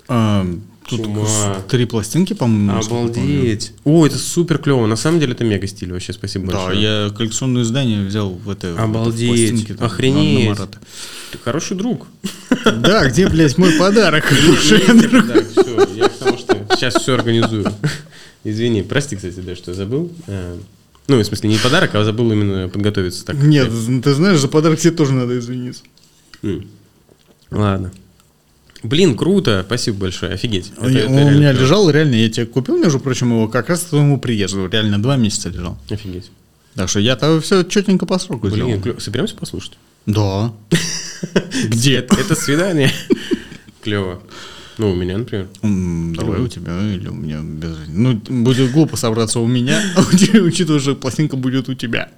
Эм, Тут
Чума.
с- три пластинки, по-моему. насколько Ну, я помню.
Обалдеть. О, это супер клево. На самом деле это мега стиль вообще. Спасибо
Да,
большое.
я коллекционное издание взял в этой в этой
Обалдеть.
пластинке, там,
Охренеть.
Анна Марата.
Ты хороший друг.
Да, где, блядь, мой подарок? хороший?
все, я к тому, что сейчас все организую. Извини, прости, кстати, да, что я забыл. Э, Ну, в смысле, не подарок, а забыл именно подготовиться так. как
Нет, ты знаешь, за подарок тебе тоже надо извиниться.
я. М. Ладно. Блин, круто, спасибо большое, офигеть.
Он
Это- это
у
реально
меня
круто.
лежал, реально, я тебе купил, между прочим, его как раз к твоему приезду. Реально два месяца лежал.
Офигеть.
Так что я-то все четенько по сроку
Блин,
сделал.
клё- соберемся послушать?
Да. Где?
Это, это свидание. Клево. Ну, у меня, например.
М, Давай
Любой.
у тебя или у меня без разницы. Ну, будет глупо собраться у меня, а у тебя, учитывая, что пластинка будет у тебя.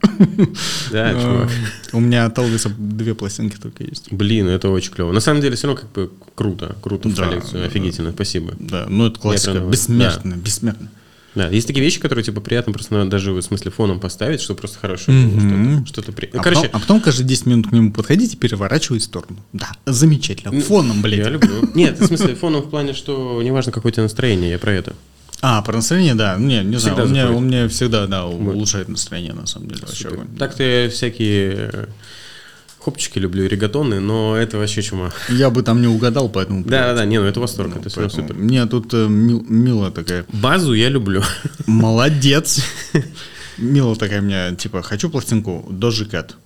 Да,
Эм,
чувак.
У меня от Элвиса две пластинки только есть.
Блин, это очень клево. На самом деле, все равно как бы круто, круто в
Да,
коллекцию.
да,
Офигительно, спасибо.
Да, ну это классика.
прям-
Бессмертно, бессмертно.
Да, есть такие вещи, которые типа приятно просто надо даже в смысле фоном поставить, что просто хорошее было,
Мгм.
что-то- что-то при-
А
Ну, короче,
потом, а потом каждые 10 минут к нему подходите и переворачивайте в сторону. Да, замечательно.
Ну,
а Фоном, блядь.
я люблю. Нет, в смысле фоном в плане, что неважно какое у тебя настроение, я про это.
А, про настроение, да. Не, не знаю,
Всегда
у меня,
заходит.
у меня всегда, да, у-
Вот.
улучшает настроение, на самом деле. Вообще. огонь.
Типа, Так-то я всякие э, хопчики люблю, и регатоны, но это вообще чума.
Я бы там не угадал, поэтому...
Да-да-да, не, ну это восторг, это все
поэтому-
супер.
Мне тут э, Мил- Мила такая,
Базу я люблю.
молодец. Мила такая меня, типа, хочу пластинку Дожи Кэт.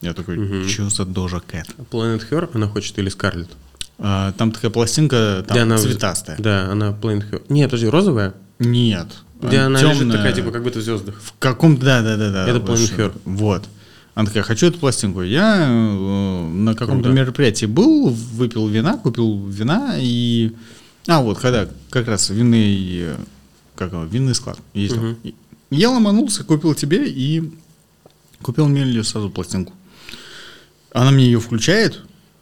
Я такой,
Мгм.
что за Дожа Кэт?
Planet Her, она хочет или Скарлетт?
А, Там такая пластинка,
Где она
там
в-
цветастая.
Да, она Planet Her. Не, подожди, розовая?
Нет.
Где она лежит
темная.
такая, типа, как будто в звездах.
В каком-то, да, да, да, да.
Это
вот
Planet
что-то.
Her.
Вот. Она такая, хочу эту пластинку. Я э, на каком-то
Круто.
мероприятии был, выпил вина, купил вина и... А, вот, когда как раз винный, э, как его, винный склад ездил.
Мгм.
И Я ломанулся, купил тебе и купил Мелли сразу пластинку. Она мне ее включает.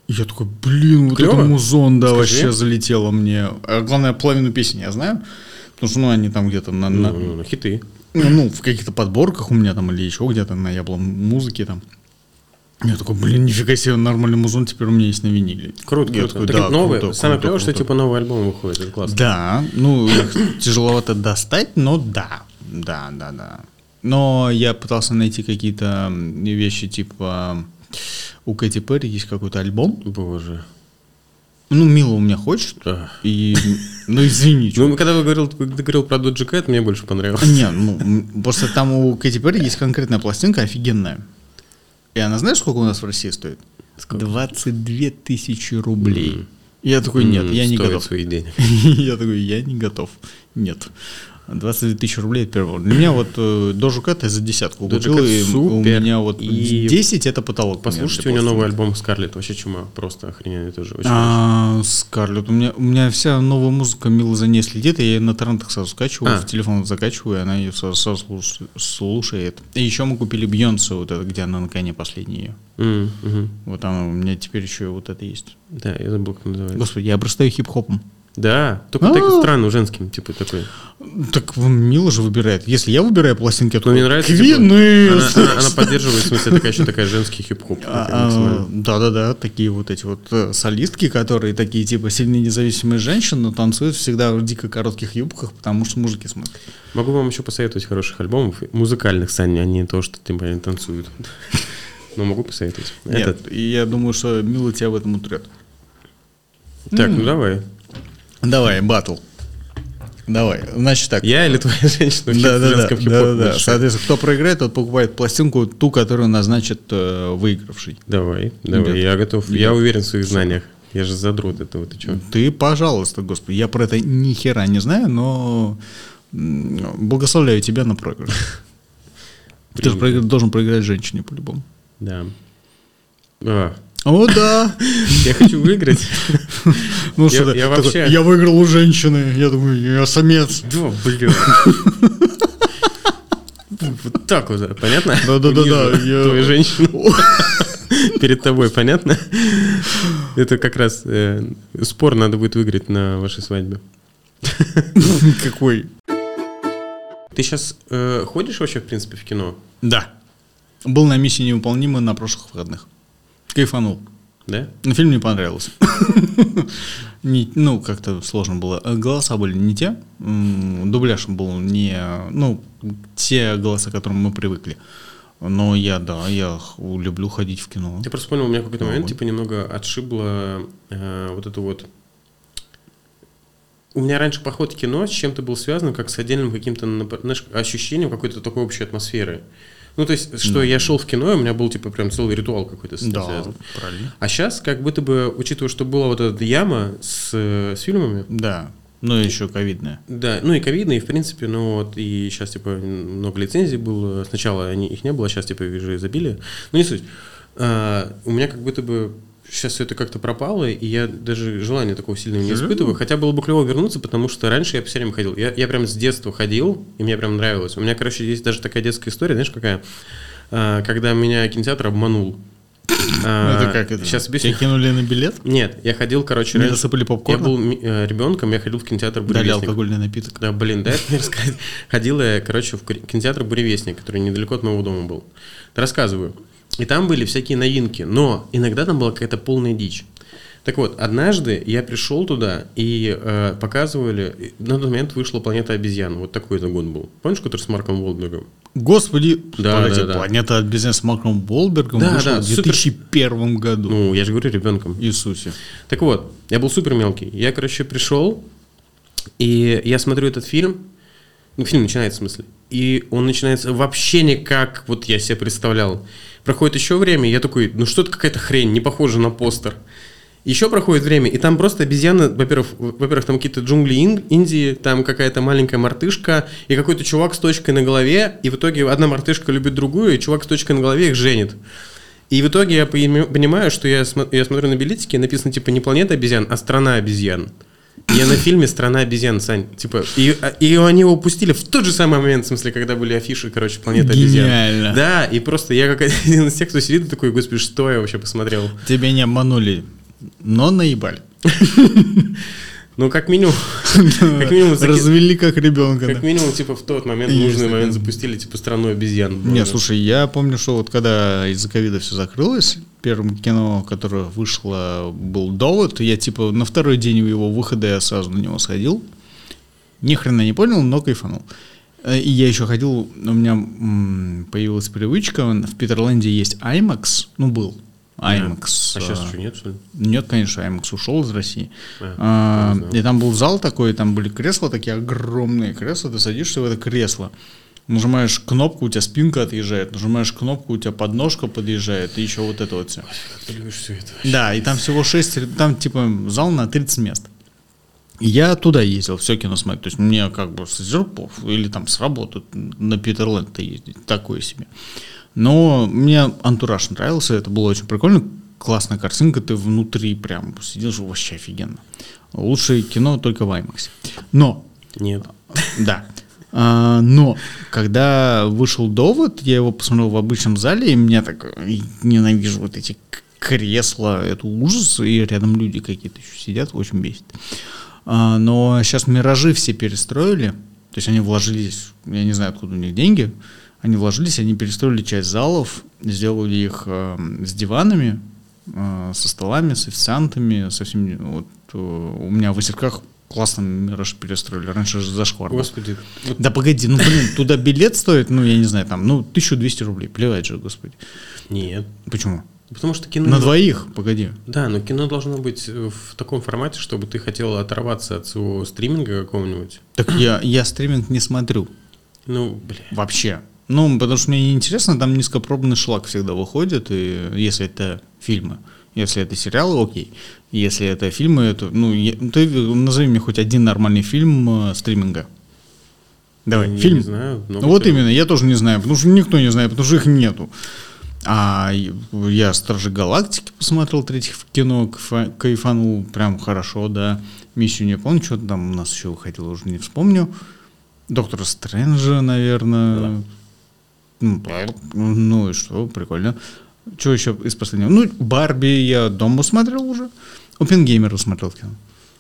и Я такой, блин, вот
Клёво?
это музон, да,
Скажи.
вообще залетело мне. А главное, половину песен я знаю, потому что, ну, они там где-то на, на-
Ну, ну, ну, хиты.
ну, ну, в каких-то подборках у меня там или еще где-то на яблом музыке там. Я такой, блин, нифига себе, нормальный музон теперь у меня есть на виниле.
Круто,
Я
круто.
такой,
Так
да,
это новое.
круто,
Самое
круто,
клевое, что
круто.
типа новый альбом выходит, это классно.
Да, ну, их тяжеловато достать, но да, да, да, да. Но я пытался найти какие-то м, вещи, типа у Кэти Перри есть какой-то альбом.
Боже.
Ну, Мила у меня хочет.
Ах.
И, ну, извини, чувак.
Ну, когда вы говорил, ты говорил про Доджи Кэт, мне больше понравилось.
Не, ну, м, просто там у Кэти Перри есть конкретная пластинка офигенная. И она знаешь, сколько у нас в России стоит? 22 тысячи рублей.
М.
Я такой, нет,
М,
я не
стоит
готов.
своих денег.
Я такой, я не готов. Нет. 22 тысячи рублей это первого. Для меня вот э, Дожу Кэт я за десятку
Doja
купил,
Cat
и у
супер.
меня вот
И
10 это потолок.
Послушайте у
меня
нее
для
новый
пластинки.
альбом Скарлетт, вообще чума, просто охрененный тоже. Очень
А, Скарлетт, у меня, у меня вся новая музыка Мила за ней следит, и я ее на тарантах сразу скачиваю,
А.
в телефон закачиваю, и она ее сразу, сразу слуш- слушает. И еще мы купили Бьонсу, вот это, где она на коне последняя. её.
М, мгм.
Вот она у меня теперь еще вот это есть.
Да, я забыл, как называется.
Господи, я обрастаю хип-хопом.
Да, только
А.
так странно, женским, типа такой.
Так м, Мила же выбирает. Если я выбираю пластинки, то
Ну, мне нравится. типа,
Квины!
она- Она она поддерживает, в смысле, такая еще такая женский хип-хоп. такой
А, а,
максимально.
Да-да-да, такие вот эти вот э, солистки, которые такие типа сильные независимые женщины, но танцуют всегда в дико коротких юбках, потому что мужики смотрят.
Могу вам еще посоветовать хороших альбомов, музыкальных, Саня, а не то, что ты, блин, танцуют. Но могу посоветовать. Этот.
Нет, и я думаю, что Мила тебя в этом утрет.
Так, ну давай.
Давай, батл. Давай. Значит так.
Я или твоя женщина?
Да, да, да,
женском хип-хопе
да, да.
больше?
Соответственно, кто проиграет, тот покупает пластинку, ту, которую назначит э, выигравший.
Давай, давай,
Идет.
я готов. Я уверен в своих знаниях. Я же задрот этого, ты чё?
Ты, пожалуйста, господи, я про это ни хера не знаю, но м, благословляю тебя на проигрыш. Ты же
Принято.
проигра- должен проиграть женщине по-любому.
Да. А,
О, да!
я хочу выиграть.
Ну
Я-
что ты,
я
такой,
вообще-
я выиграл у женщины. Я думаю, я самец.
Да, блин. Вот так вот, понятно?
Да-да-да-да,
Унижу
я-
Твою женщину. Перед тобой, понятно? Это как раз э, спор надо будет выиграть на вашей свадьбе.
Какой?
Ты сейчас ходишь вообще, в принципе, в кино?
Да. Был на миссии невыполнимой на прошлых выходных. Кайфанул.
Да?
Но фильм не понравился. Не- ну, как-то сложно было. Э, Голоса были не те. м, Дубляж был не... Ну, те голоса, к которым мы привыкли. Но я, да, я х- люблю ходить в кино.
Я просто понял, у меня в какой-то момент,
Ой.
типа, немного отшибло э, вот эту вот... У меня раньше поход в кино с чем-то был связан, как с отдельным каким-то нап- знаешь, ощущением какой-то такой общей атмосферы. Ну, то есть, что я шел в кино, и у меня был, типа, прям целый ритуал какой-то с этим
Да,
связан.
правильно.
А сейчас, как будто бы, учитывая, что была вот эта яма с, э, с фильмами,
Да, ну еще ковидная.
да, ну и ковидные, в принципе, ну вот, и сейчас, типа, много лицензий было, сначала они, их не было, сейчас, типа, вижу, изобилие, ну не суть. А, у меня как будто бы сейчас все это как-то пропало, и я даже желания такого сильного не
Серьезно?
испытываю, хотя было бы клево вернуться, потому что раньше я все время ходил, я, я прям с детства ходил, и мне прям нравилось. У меня, короче, есть даже такая детская история, знаешь, какая, А, когда меня кинотеатр обманул. А,
Ну, это как это?
Сейчас
Тебя
объясню.
кинули на билет?
Нет, я ходил, короче,
Не
раньше,
засыпали
я
попкорн?
был ми- э, ребенком, я ходил в кинотеатр
Дали
«Буревестник».
алкогольный напиток.
Да, блин, дай мне рассказать. Ходил я, короче, в кри- кинотеатр «Буревестник», который недалеко от моего дома был. Рассказываю. И там были всякие новинки, но иногда там была какая-то полная дичь. Так вот, однажды я пришел туда и э, показывали, и на тот момент вышла «Планета обезьян». Вот такой это год был. Помнишь, который с Марком Волбергом?
Господи,
Да,
погоди,
да, да.
планета от бизнеса с Марком Болбергом
Да,
вышла
да,
в
супер.
2001 году.
Ну, я же говорю, ребенком.
Иисусе.
Так вот, я был супер мелкий. Я, короче, пришел, и я смотрю этот фильм. Ну, фильм начинается, в смысле. И он начинается вообще не как вот я себе представлял. Проходит еще время, и я такой, ну что это какая-то хрень, не похоже на постер. Еще проходит время, и там просто обезьяны, во-первых, во-первых, там какие-то джунгли Ин- Индии, там какая-то маленькая мартышка, и какой-то чувак с точкой на голове, и в итоге одна мартышка любит другую, и чувак с точкой на голове их женит. И в итоге я поим- понимаю, что я, смо- я смотрю на билетики, и написано типа не планета обезьян, а страна обезьян. И Я на фильме «Страна обезьян», Сань. Типа, и, и они его упустили в тот же самый момент, в смысле, когда были афиши, короче, «Планета
Гениально.
обезьян». Да, и просто я как один из тех, кто сидит и такой, господи, что я вообще посмотрел?
Тебя не обманули, но наебали.
Ну, как минимум, как минимум, заки-
Развели как ребенка.
как минимум, типа, в тот момент,
Есть
нужный
такое.
момент запустили, типа, страну обезьян.
Не, слушай, я помню, что вот когда из-за ковида все закрылось, первым кино, которое вышло, был «Довод», я типа на второй день его выхода я сразу на него сходил. Ни хрена не понял, но кайфанул. Э, И я еще ходил, у меня м, появилась привычка, в Питерленде есть IMAX, ну был, IMAX.
А сейчас
э,
еще нет, что ли?
Нет, конечно, IMAX ушел из России.
А,
А,
не знаю.
и там был зал такой, там были кресла такие огромные кресла. Ты садишься в это кресло, нажимаешь кнопку, у тебя спинка отъезжает, нажимаешь кнопку, у тебя подножка подъезжает, и еще вот это вот все.
Как ты любишь все это?
Да, и там всего 6, там типа зал на 30 мест. И Я туда ездил, все кино смотреть. То есть мне как бы с Зерпов или там с работы на Питерленд ездить, такое себе. Но мне антураж нравился, это было очень прикольно. Классная картинка, ты внутри прям сидишь, вообще офигенно. Лучшее кино только в IMAX. Но
Нет.
да. А, Но когда вышел довод, я его посмотрел в обычном зале, и меня так э, ненавижу вот эти к- кресла, это ужас, и рядом люди какие-то еще сидят, очень бесит. А, Но сейчас миражи все перестроили, то есть они вложились, я не знаю, откуда у них деньги, они вложились, они перестроили часть залов, сделали их эм, с диванами, э, со столами, с официантами, со всеми. Вот э, у меня в Васильках классно мираж перестроили. Раньше же зашквар. был.
Господи, вот
Да погоди, ну блин, туда билет стоит, ну я не знаю, там, ну 1200 рублей, плевать же, господи.
нет.
Почему?
Потому что кино...
На двоих, погоди.
Да, но кино должно быть э, в таком формате, чтобы ты хотел оторваться от своего стриминга какого-нибудь.
Так я, я стриминг не смотрю
Ну, бля.
вообще. Ну, потому что мне неинтересно, там низкопробный шлак всегда выходит, и если это фильмы, если это сериалы, окей. Если это фильмы, это, ну, я- ты назови мне хоть один нормальный фильм э, стриминга. Давай,
я
фильм.
Не знаю. много
Ну, вот
чего.
именно, я тоже не знаю, потому что никто не знает, потому что их нету. А я «Стражи Галактики» посмотрел третьих в кино, кайфа- кайфанул прям хорошо, да. «Миссию не помню», что там у нас еще выходило, уже не вспомню. «Доктора Стрэнджа», наверное. Ну, Ну и что, прикольно. Что еще из последнего? Ну, «Барби» я дома смотрел уже. «Опенгеймера» смотрел в кино.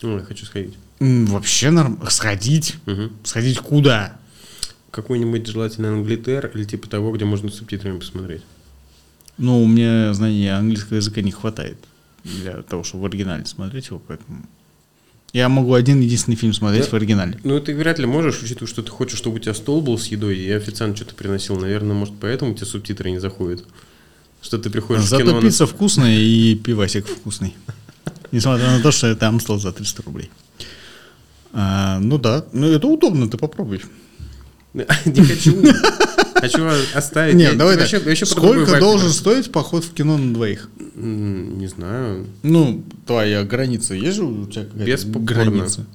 Ну, я хочу сходить.
М, Вообще норм. Сходить?
Мгм.
Сходить куда?
Какой-нибудь желательно Англитер или типа того, где можно с субтитрами посмотреть.
Ну, у меня знания английского языка не хватает. для того, чтобы в оригинале смотреть его, поэтому... Я могу один единственный фильм смотреть
Да.
в оригинале.
Ну, ты вряд ли можешь, учитывая, что ты хочешь, чтобы у тебя стол был с едой, и официант что-то приносил. Наверное, может, поэтому у тебя субтитры не заходят. Что ты приходишь в кино...
Зато
на-
пицца вкусная и пивасик вкусный. Несмотря на то, что это Амстел за 300 рублей. А, ну да, ну это удобно, ты попробуй.
Не хочу. Хочу оставить.
Не,
Э, Я-
давай
вообще-
так.
вообще по другой
Сколько
вайб
должен
играю.
стоить поход в кино на двоих?
М, Не знаю.
Ну, твоя граница есть же у тебя какая-то
Без попкорна.
граница?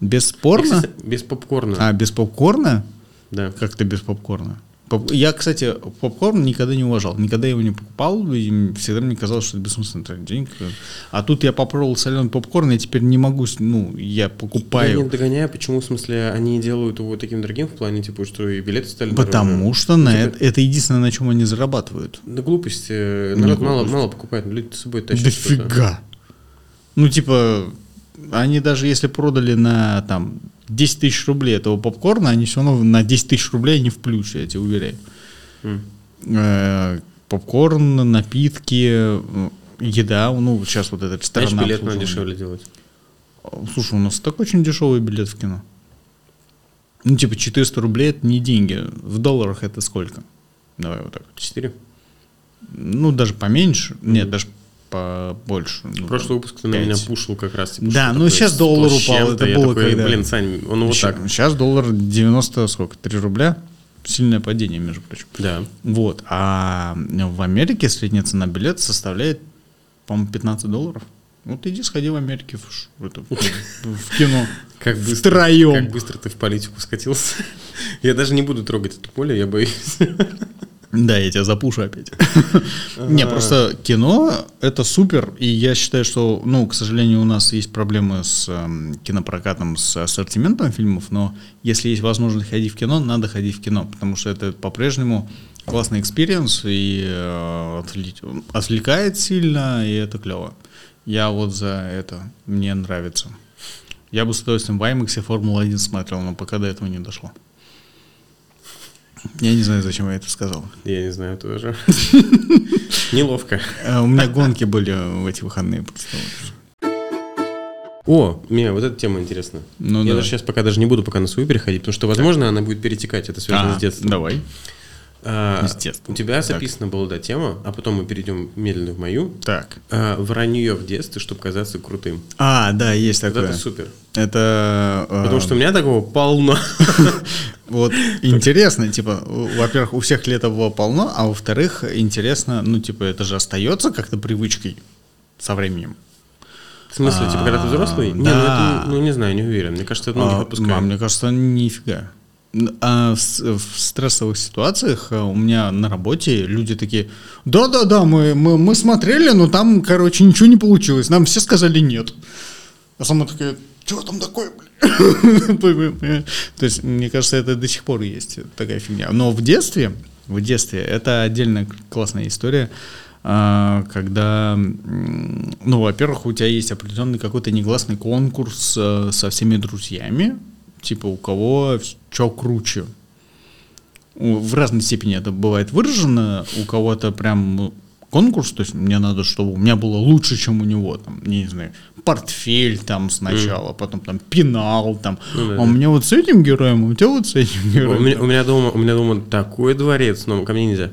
Без порно?
Кстати, Без попкорна.
А, без попкорна?
Да.
Как ты без попкорна? Поп- Я, кстати, попкорн никогда не уважал. Никогда его не покупал. И всегда мне казалось, что это бессмысленно тратить денег. А тут я попробовал соленый попкорн, я теперь не могу... с- Ну, я
Я не
покупаю.
догоняю, почему, в смысле, они делают его таким дорогим в плане, типа, что и билеты стали дороже.
Потому что на
Типа-
это, это единственное, на чем они зарабатывают.
Да глупость. э, Народ
Не
мало,
глупость.
мало покупает, люди с собой тащат. что-то.
Дофига. Ну, типа, они даже если продали на там 10 тысяч рублей этого попкорна, они все равно на 10 тысяч рублей не в плюсе, я тебе уверяю.
М.
Э, Попкорн, напитки, м, еда. Ну, сейчас вот этот
Знаешь,
ресторан
билет надо дешевле делать.
Слушай, у нас так очень дешевый билет в кино. Ну, типа, 400 рублей это не деньги. В долларах это сколько? Давай вот так.
Четыре.
Ну, даже поменьше. Нет, даже побольше. Ну, там,
В прошлый выпуск ты на
пять.
меня пушил как раз.
Да,
типа, что
ну,
такое
сейчас
сто
доллар
с
упал,
чем-то.
это
Я
было
такой,
когда-
Блин, Сань, он Ну, вот так.
Сейчас доллар 90, сколько, 3 рубля. Сильное падение, между прочим.
Да.
Вот. А в Америке средняя цена билета составляет, по-моему, 15 долларов. Вот иди сходи в Америке в, ш- в это, в- в кино.
Как быстро,
Втроем.
как быстро ты в политику скатился. Я даже не буду трогать это поле, я боюсь.
Да, я тебя запушу опять. Не, просто кино — это супер, и я считаю, что, ну, к сожалению, у нас есть проблемы с эм, кинопрокатом, с ассортиментом фильмов, но если есть возможность ходить в кино, надо ходить в кино, потому что это по-прежнему классный экспириенс и э, отвли- отвлекает сильно, и это клево. Я вот за это, мне нравится. Я бы с удовольствием в IMAX Формула-1 смотрел, но пока до этого не дошло. Я не знаю, зачем я это сказал.
Я не знаю тоже. Неловко.
Э, У меня гонки были в эти выходные. просто вот.
О, мне вот эта тема интересна.
Ну
я
да.
даже сейчас пока даже не буду пока на свою переходить, потому что, возможно, она будет перетекать, это связано
А,
с детством.
Давай.
А,
С детства.
У тебя
Так.
записана была да, тема, а потом мы перейдем медленно в мою.
Так.
А, вранье в детстве, чтобы казаться крутым.
А, да, есть
Вот
такое.
это супер.
Это... э,
Потому что у меня такого полно.
Вот интересно, типа, у- во-первых, у всех лета было полно, а во-вторых, интересно, ну, типа, это же остается как-то привычкой со временем.
В смысле, типа, когда ты взрослый? Не, ну,
Да.
это, ну, не знаю, не уверен. Мне кажется, это многих
А,
отпускает.
а, мне кажется, нифига. Н- А в, с- в стрессовых ситуациях а, у меня на работе люди такие, да-да-да, мы, мы, мы смотрели, но там, короче, ничего не получилось, нам все сказали нет. А сама такая, что там такое, блин?» То есть, мне кажется, это до сих пор есть такая фигня. Но в детстве, в детстве, это отдельная к- классная история, а, когда, м, ну, во-первых, у тебя есть определенный какой-то негласный конкурс э, со всеми друзьями, типа у кого что круче. У- В разной степени это бывает выражено, у кого-то прям ну, конкурс, то есть мне надо, чтобы у меня было лучше, чем у него, там, не знаю, портфель там сначала, потом там пенал там,
Ну да,
а
да.
у меня вот с этим героем, а у тебя вот с этим
У
героем.
меня, у меня дома, у меня дома такой дворец, но ко мне нельзя.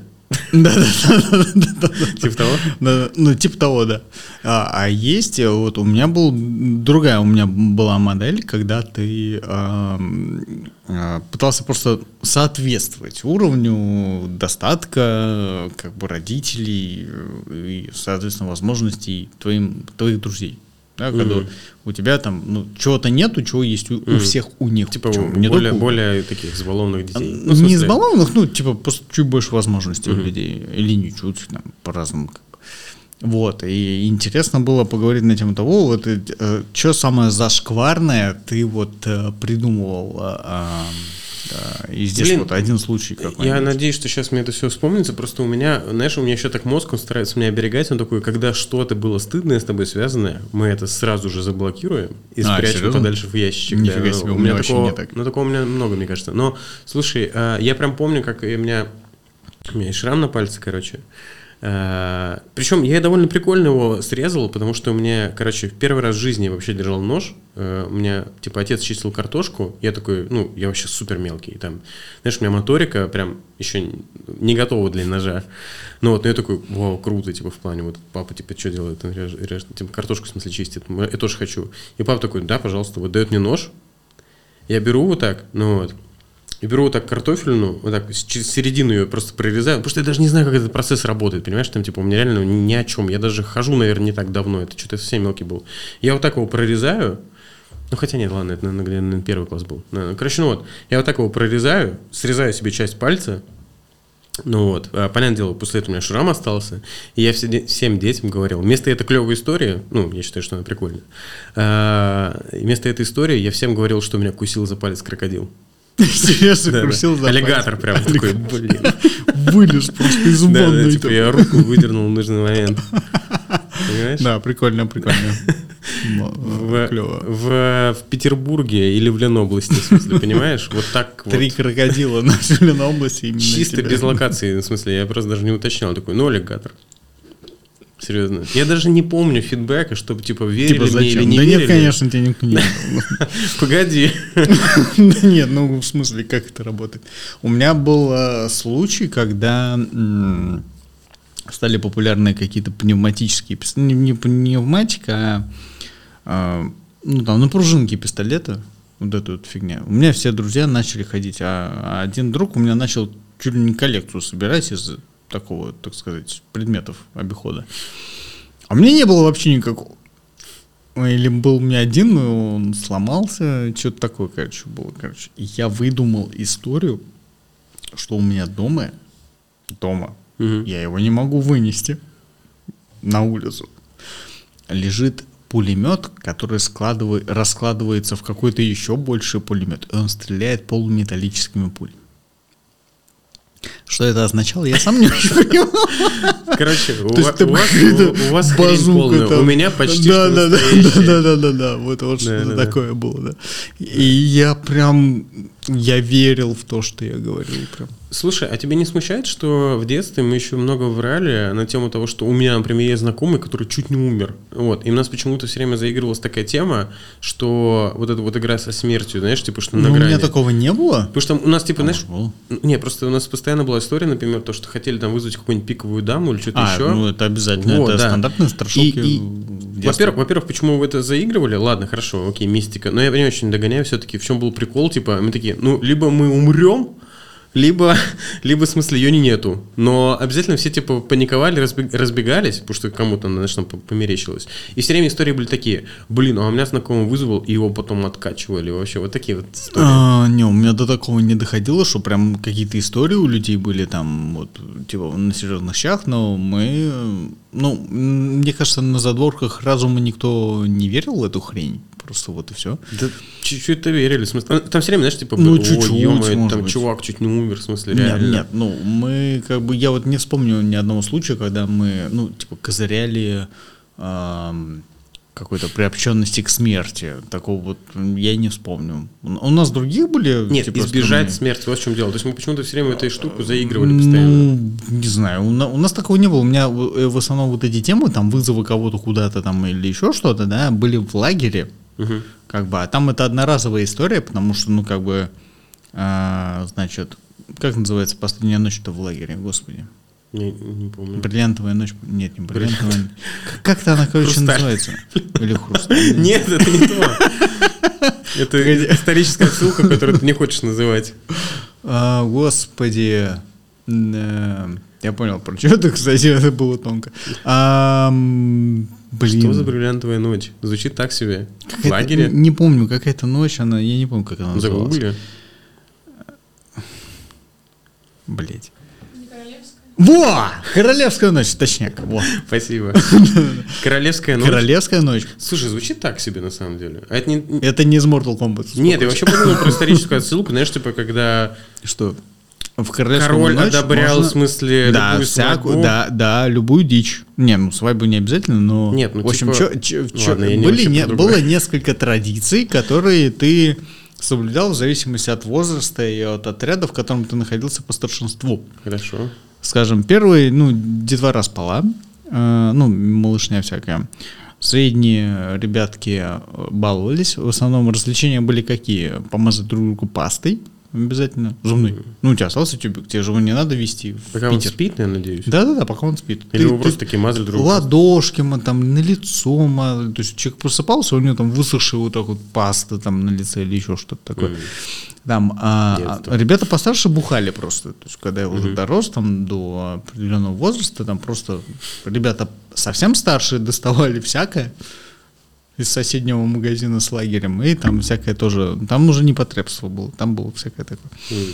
Да-да-да-да-да-да.
Типа того?
Да, ну, типа того, да. А, а есть, э, вот у меня был другая, у меня была модель, когда ты ам, а, пытался просто соответствовать уровню достатка, э, как бы родителей э, и, соответственно, возможностей твоим, твоих друзей. Да, когда
Мгм.
у тебя там ну, чего-то нету, чего есть у, у всех у них.
Типа
Чего? Не
более,
только у-
более таких избалованных детей. Ну, в
не
смысле,
избалованных, ну, типа, просто чуть больше возможностей у людей. Или не чуть, там, по-разному. как бы. Вот, и интересно было поговорить на тему того, вот, что самое зашкварное ты вот э, придумывал э, а, да, и здесь
Блин,
вот один случай
Я
какой-нибудь.
надеюсь, что сейчас мне это все вспомнится. Просто у меня, знаешь, у меня еще так мозг, он старается меня оберегать. Он такой, когда что-то было стыдное с тобой связанное, мы это сразу же заблокируем и
А,
спрячем
серьезно?
подальше в ящичек.
Нифига себе, у меня вообще
такого,
не так.
Ну, такого у меня много, мне кажется. э, Но, слушай, а, я прям помню, как и у меня... У меня и шрам на пальце, короче. Причем я довольно прикольно его срезал, потому что у меня, короче, в первый раз в жизни я вообще держал нож. У меня, типа, отец чистил картошку. Я такой, ну, я вообще супер мелкий. Там, знаешь, у меня моторика прям еще не готова для ножа. Ну вот, ну я такой, вау, круто, типа, в плане, вот папа, типа, что делает? Он реж, реж, типа, картошку, в смысле, чистит. Я тоже хочу. И папа такой, да, пожалуйста, вот дает мне нож. Я беру вот так, ну вот, и беру вот так картофельную, вот так через середину ее просто прорезаю, потому что я даже не знаю, как этот процесс работает, понимаешь, там типа у меня реально ни о чем, я даже хожу, наверное, не так давно, это что-то совсем мелкий был. Я вот так его прорезаю, ну хотя нет, ладно, это, наверное, наверное первый класс был. Наверное. Короче, ну вот, я вот так его прорезаю, срезаю себе часть пальца, ну вот, а, понятное дело, после этого у меня шрам остался, и я все, всем детям говорил, вместо этой клевой истории, ну, я считаю, что она прикольная, а, вместо этой истории я всем говорил, что меня кусил за палец крокодил.
Серьезно,
Да,
крутил
да.
за
Аллигатор прям такой, блин.
палец. Вылез просто из
Да, да,
ванной.
типа
там.
я руку выдернул в нужный момент. Понимаешь?
Да, прикольно, прикольно.
В,
Клево.
в, в Петербурге или в Ленобласти, в смысле, понимаешь? Вот так вот.
Три крокодила нашли на области именно
Чисто
тебя.
без локации, в смысле, я просто даже не уточнял. Такой, ну, аллигатор. Серьезно. Я даже не помню фидбэка, чтобы, типа, верили
Типа
мне или
зачем?
не
Да
верили.
нет, конечно, тебя никто не
Погоди.
Да нет, ну в смысле, как это работает? У меня был э, случай, когда м, стали популярны какие-то пневматические пистолеты. Не, не пневматика, а э, ну там на пружинке пистолета. Вот эта вот фигня. У меня все друзья начали ходить, а а один друг у меня начал чуть ли не коллекцию собирать из такого, так сказать, предметов обихода. А у меня не было вообще никакого. Ой, Ну, Или был у меня один, но он сломался, что-то такое, короче, было, короче. И я выдумал историю, что у меня дома, дома,
Мгм.
я его не могу вынести на улицу, лежит пулемет, который складывает, раскладывается в какой-то еще больше пулемет, и он стреляет полуметаллическими пулями. Что это означало, я сам не понимаю.
Короче, у
То есть
ва-
ты
у вас
какая-то
у- у вас хрень
базука
полная.
там.
У меня почти
да, да,
что
да, да,
настоящая.
да, да, да, да, вот вот
Да,
что-то
да, да.
такое было, да. И я прям, я верил в то, что я говорил, прям.
Слушай, а тебя не смущает, что в детстве мы еще много врали на тему того, что у меня, например, есть знакомый, который чуть не умер. Вот. И у нас почему-то все время заигрывалась такая тема, что вот эта вот игра со смертью, знаешь, типа, что на
Ну, у меня
грани.
такого не было.
Потому что у нас, типа, знаешь,
Было.
не, просто у нас постоянно была история, например, то, что хотели там вызвать какую-нибудь пиковую даму или что-то
А,
еще.
ну это обязательно,
Вот,
это
да.
стандартные страшилки.
И- и-
в детстве.
Во-первых, во-первых, почему вы это заигрывали? Ладно, хорошо, окей, мистика. Но я не очень догоняю все-таки, в чем был прикол, типа, мы такие, ну, либо мы умрем, либо, либо, в смысле, ее нету. Но обязательно все, типа, паниковали, разбег- разбегались, потому что кому-то, знаешь, там по- померещилось. И все время истории были такие, блин, а у меня знакомый вызвал, и его потом откачивали. Вообще, вот такие вот истории.
А, не, у меня до такого не доходило, что прям какие-то истории у людей были там, вот, типа, на серьезных щах, но мы, э, ну, м, мне кажется, на задворках разума никто не верил в эту хрень, просто вот и все.
Да чуть-чуть-то верили, в смысле. Там все время, знаешь, типа,
Ну,
«Ой,
чуть-чуть,
ё-моё,
может
там
быть.
чувак чуть не умер, в смысле,
Нет,
реально.
нет, ну, мы, как бы, я вот не вспомню ни одного случая, когда мы, ну, типа, козыряли эм, какой-то приобщенности к смерти, такого вот, м, я не вспомню. У нас другие были?
Нет,
типа, стороны?
избежать смерти, вот в чем дело. То есть мы почему-то все время этой штуку заигрывали постоянно.
Ну, не знаю, у, на- у нас такого не было. У меня в э, в основном вот эти темы, там, вызовы кого-то куда-то там или еще что-то, да, были в лагере,
Мгм.
как бы, а там это одноразовая история, потому что, ну, как бы, а, значит, как называется последняя ночь-то в лагере, господи?
Не, не помню.
Бриллиантовая ночь, нет, не бриллиантовая. ночь. Как- Как-то она, короче,
Хрусталь.
называется. Или хрусталь.
Нет, это не то. Это историческая ссылка, которую ты не хочешь называть.
А, господи. Да. Я понял, про что это, кстати, это было тонко. Ам, блин.
Что за бриллиантовая ночь? Звучит так себе. В
Какая-то-
лагере?
Не помню, какая-то ночь, она, я не помню, как она называлась.
Загугли.
Блять. Во! Королевская ночь, точняк. Во.
Спасибо. Королевская ночь.
Королевская ночь.
Слушай, звучит так себе на самом деле. А это не...
Это не из Mortal Kombat.
Нет,
успокойся.
я вообще подумал про историческую отсылку, знаешь, типа, когда
Что? В королевскую
король
ночь
одобрял,
можно-
в смысле,
да,
любую
всякую,
свадьбу.
да, да, любую дичь. Не, ну свадьбу не обязательно, но
Нет, ну,
в общем,
типа-
чё- чё-
Ну,
чё-
ладно, я не
были
вообще
не-
про
было
другое.
несколько традиций, которые ты соблюдал в зависимости от возраста и от отряда, в котором ты находился по старшинству.
Хорошо.
скажем, первый, ну, детвора спала, э, ну, малышня всякая. Средние ребятки э, баловались. В основном развлечения были какие? Помазать друг другу пастой обязательно, зубной. Ну, у тебя остался тюбик, тебе же его не надо вести в
Пока он
Питер.
спит, я надеюсь.
Да-да-да, пока он спит.
Или
Ты-
вы
ты-
просто такие мазали друг друга?
ладошки мы там на лицо мазали. То есть человек просыпался, у него там высохшая вот так вот паста там на лице или еще что-то такое.
Мгм.
Там а, а,
Детство.
ребята постарше бухали просто. То есть, когда я уже дорос там до определенного возраста, там просто ребята совсем старшие доставали всякое из соседнего магазина с лагерем. И там всякое тоже. Там уже непотребство было, там было всякое такое.
Мгм.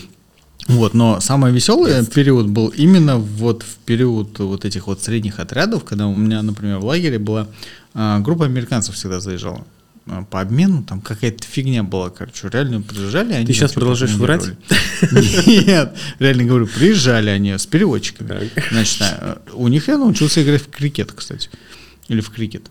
Вот, но самый веселый период был именно вот в период вот этих вот средних отрядов, когда у меня, например, в лагере была а, группа американцев всегда заезжала а, по обмену, там какая-то фигня была, короче, реально приезжали они.
Ты щас
что-то
продолжаешь врать?
планировали. Нет, реально говорю, приезжали они с переводчиками.
Так.
Значит, а, у них я научился играть в крикет, кстати. Или в крикет.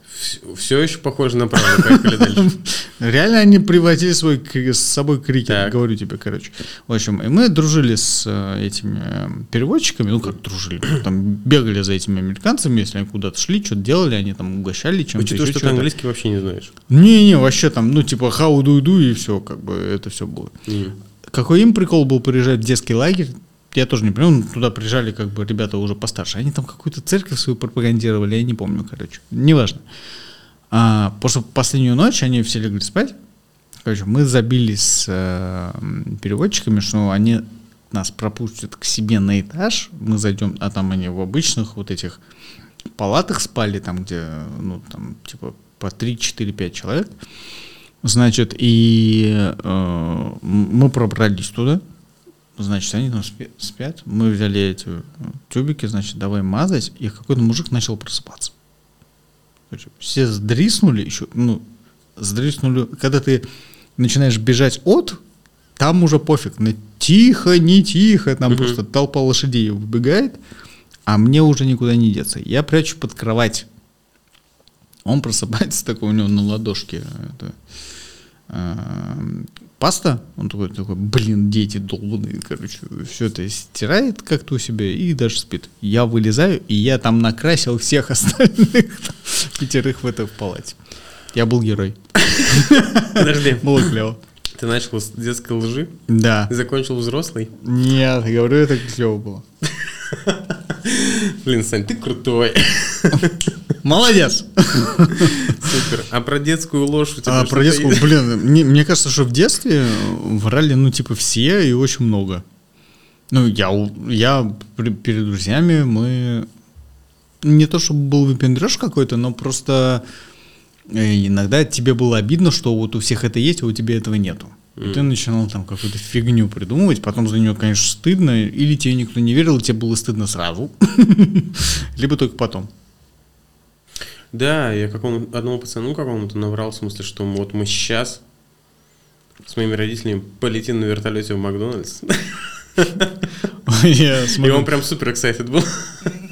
Все, еще похоже на правду. Поехали дальше.
Реально они привозили свой, кри- с собой крикет,
Так.
говорю тебе, короче. В общем, и мы дружили с э, этими э, переводчиками, ну как дружили, мы там бегали за этими американцами, если они куда-то шли, что-то делали, они там угощали чем-то.
Учитывая,
ещё
что ты
чего-то.
английский вообще не знаешь.
Не-не, вообще там, ну типа how do you do и все, как бы это все было.
Мгм.
Какой им прикол был приезжать в детский лагерь, я тоже не понимаю, ну, туда приезжали как бы ребята уже постарше. Они там какую-то церковь свою пропагандировали, я не помню, короче. Неважно. А, после последнюю ночь они все легли спать. Короче, мы забили с э, м, переводчиками, что они нас пропустят к себе на этаж, мы зайдем, а там они в обычных вот этих палатах спали, там где, ну, там, типа, по 3-4-5 человек. Значит, и э, м- мы пробрались туда. Значит, они там спи- спят. Мы взяли эти э, тюбики, значит, давай мазать. И какой-то мужик начал просыпаться. Короче, Все сдриснули еще. Ну, сдриснули. Когда ты начинаешь бежать от, там уже пофиг. На тихо, не тихо. Там
Мгм.
просто толпа лошадей выбегает. А мне уже никуда не деться. Я прячу под кровать. Он просыпается такой, у него на ладошке это, эм, паста. Он такой, такой, блин, дети долбанные, короче, все это стирает как-то у себя и даже спит. Я вылезаю, и я там накрасил всех остальных там пятерых в этой палате. Я был герой.
Подожди.
Было клево.
Ты начал с детской лжи,
Да.
ты закончил взрослый.
Нет, я говорю, это клево было.
Блин, Сань, ты крутой.
Молодец!
Супер. А про детскую ложь у тебя
А, про
что-то
детскую,
есть?
блин, мне, мне кажется, что в детстве врали, ну, типа, все и очень много. Ну, я, у- я при- перед друзьями, мы... Не то, чтобы был выпендрешь какой-то, но просто э, иногда тебе было обидно, что вот у всех это есть, а у тебя этого нету. И ты начинал там какую-то фигню придумывать, потом за нее, конечно, стыдно, или тебе никто не верил, тебе было стыдно сразу, либо только потом.
Да, я какому одному пацану какому-то наврал, в смысле, что вот мы сейчас с моими родителями полетим на вертолете в Макдональдс.
Я
И он
смотрю,
прям супер excited был.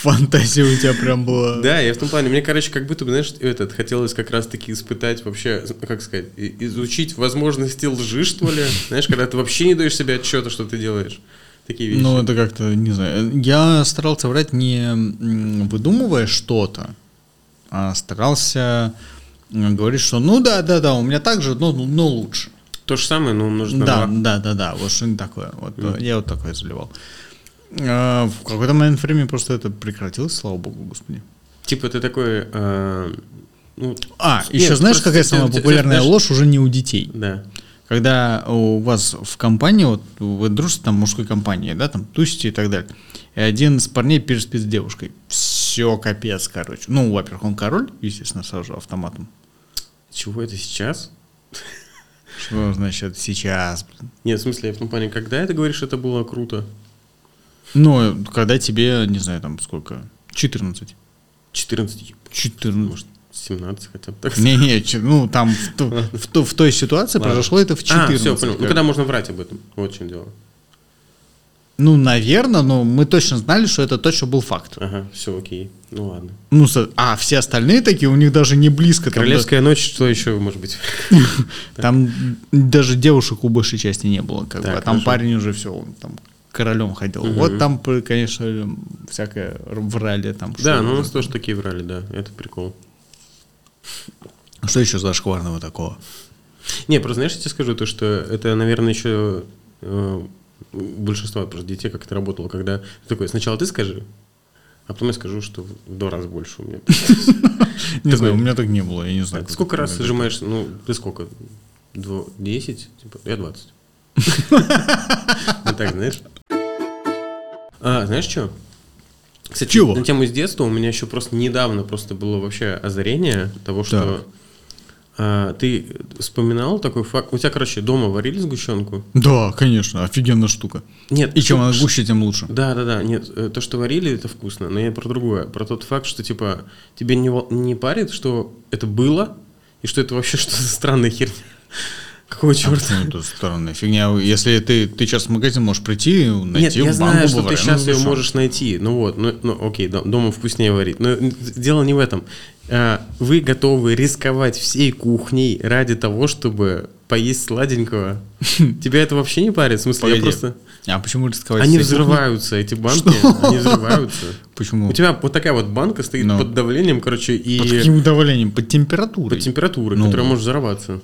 фантазия у тебя прям была...
Да, я в том плане, мне, короче, как будто бы, знаешь, этот, хотелось как раз-таки испытать вообще, как сказать, и- изучить возможности лжи, что ли. Знаешь, когда ты вообще не даешь себе отчета, что ты делаешь. Такие вещи.
Ну, это как-то, не знаю. Я старался врать, не м, выдумывая что-то, а старался м, говорить, что ну да, да, да, у меня так же, но, но лучше.
То же самое, но умножить на
Да,
два.
да, да, да, вот что-нибудь такое. Вот, э, Я вот такое заливал. Э, В какой-то момент времени просто это прекратилось, слава богу, господи.
Типа ты такой... э, ну,
А,
Нет,
еще знаешь,
просто
какая
ты-
самая
ты- ты
популярная
знаешь-
ложь уже не у детей?
да.
когда у вас в компании, вот вы дружите там в мужской компании, да, там тусите и так далее, и один из парней переспит с девушкой. Все, капец, короче. Ну, во-первых, он король, естественно, сразу же автоматом.
Чего это сейчас?
Что значит сейчас, блин?
Нет, в смысле, я в том плане, когда это говоришь, это было круто.
Ну, когда тебе, не знаю, там сколько, 14.
14,
14.
может, 17 хотя бы. Так.
Не-не, че- ну, там в, ту- в ту- в той ситуации
Ладно.
произошло это в 14.
А, все, понял. Ну,
как
когда можно врать об этом? Вот в чем дело.
Ну, наверное, но мы точно знали, что это точно был факт.
Ага, все окей. Ну, ладно.
Ну, со- а все остальные такие, у них даже не близко. там даже-
Королевская ночь, что еще может быть?
Там даже девушек у большей части не было, как бы,
Так,
а там
хорошо.
парень уже все, он там королем ходил. Вот там, конечно, всякое врали там.
Да,
что-
ну у нас тоже такие врали, да, это прикол.
Что еще зашкварного такого?
Не, просто знаешь, я тебе скажу то, что это, наверное, еще э, у большинства просто детей как это работало, когда ты такой, сначала ты скажи, а потом я скажу, что в два раза больше у меня.
Не знаю, у меня так не было, я не знаю.
Так, Сколько раз
же
сжимаешь, ну, ты сколько? Дво- Десять? Типа, я двадцать. Ну так, знаешь? А, знаешь что? Кстати, ну,
Чего?
на тему с детства у меня еще просто недавно просто было вообще озарение того,
Так.
что а, ты вспоминал такой факт. У тебя, короче, дома варили сгущенку?
Да, конечно, офигенная штука.
Нет.
И чем
ну,
она гуще, тем лучше.
да, да, да, нет, э, то, что варили, это вкусно, но я про другое, про тот факт, что, типа, тебе не, вол- не парит, что это было, и что это вообще что-то странная херня. Какого черта?
Почему это Ну, странная фигня? Если ты, ты сейчас в магазин можешь прийти,
Нет,
найти
я
банку
знаю, что ты
баваряна,
сейчас ее
зачем?
можешь найти, ну вот, ну, ну, окей, до- дома вкуснее варить, но н- дело не в этом. А, Вы готовы рисковать всей кухней ради того, чтобы поесть сладенького? Тебя это вообще не парит? В смысле, я
Погоди.
просто...
А почему рисковать?
Они
с этим?
взрываются, эти банки, они взрываются.
Почему?
У тебя вот такая вот банка стоит
Ну.
под давлением, короче,
Под
и
каким давлением? Под температурой?
под температурой,
Ну.
которая может взорваться.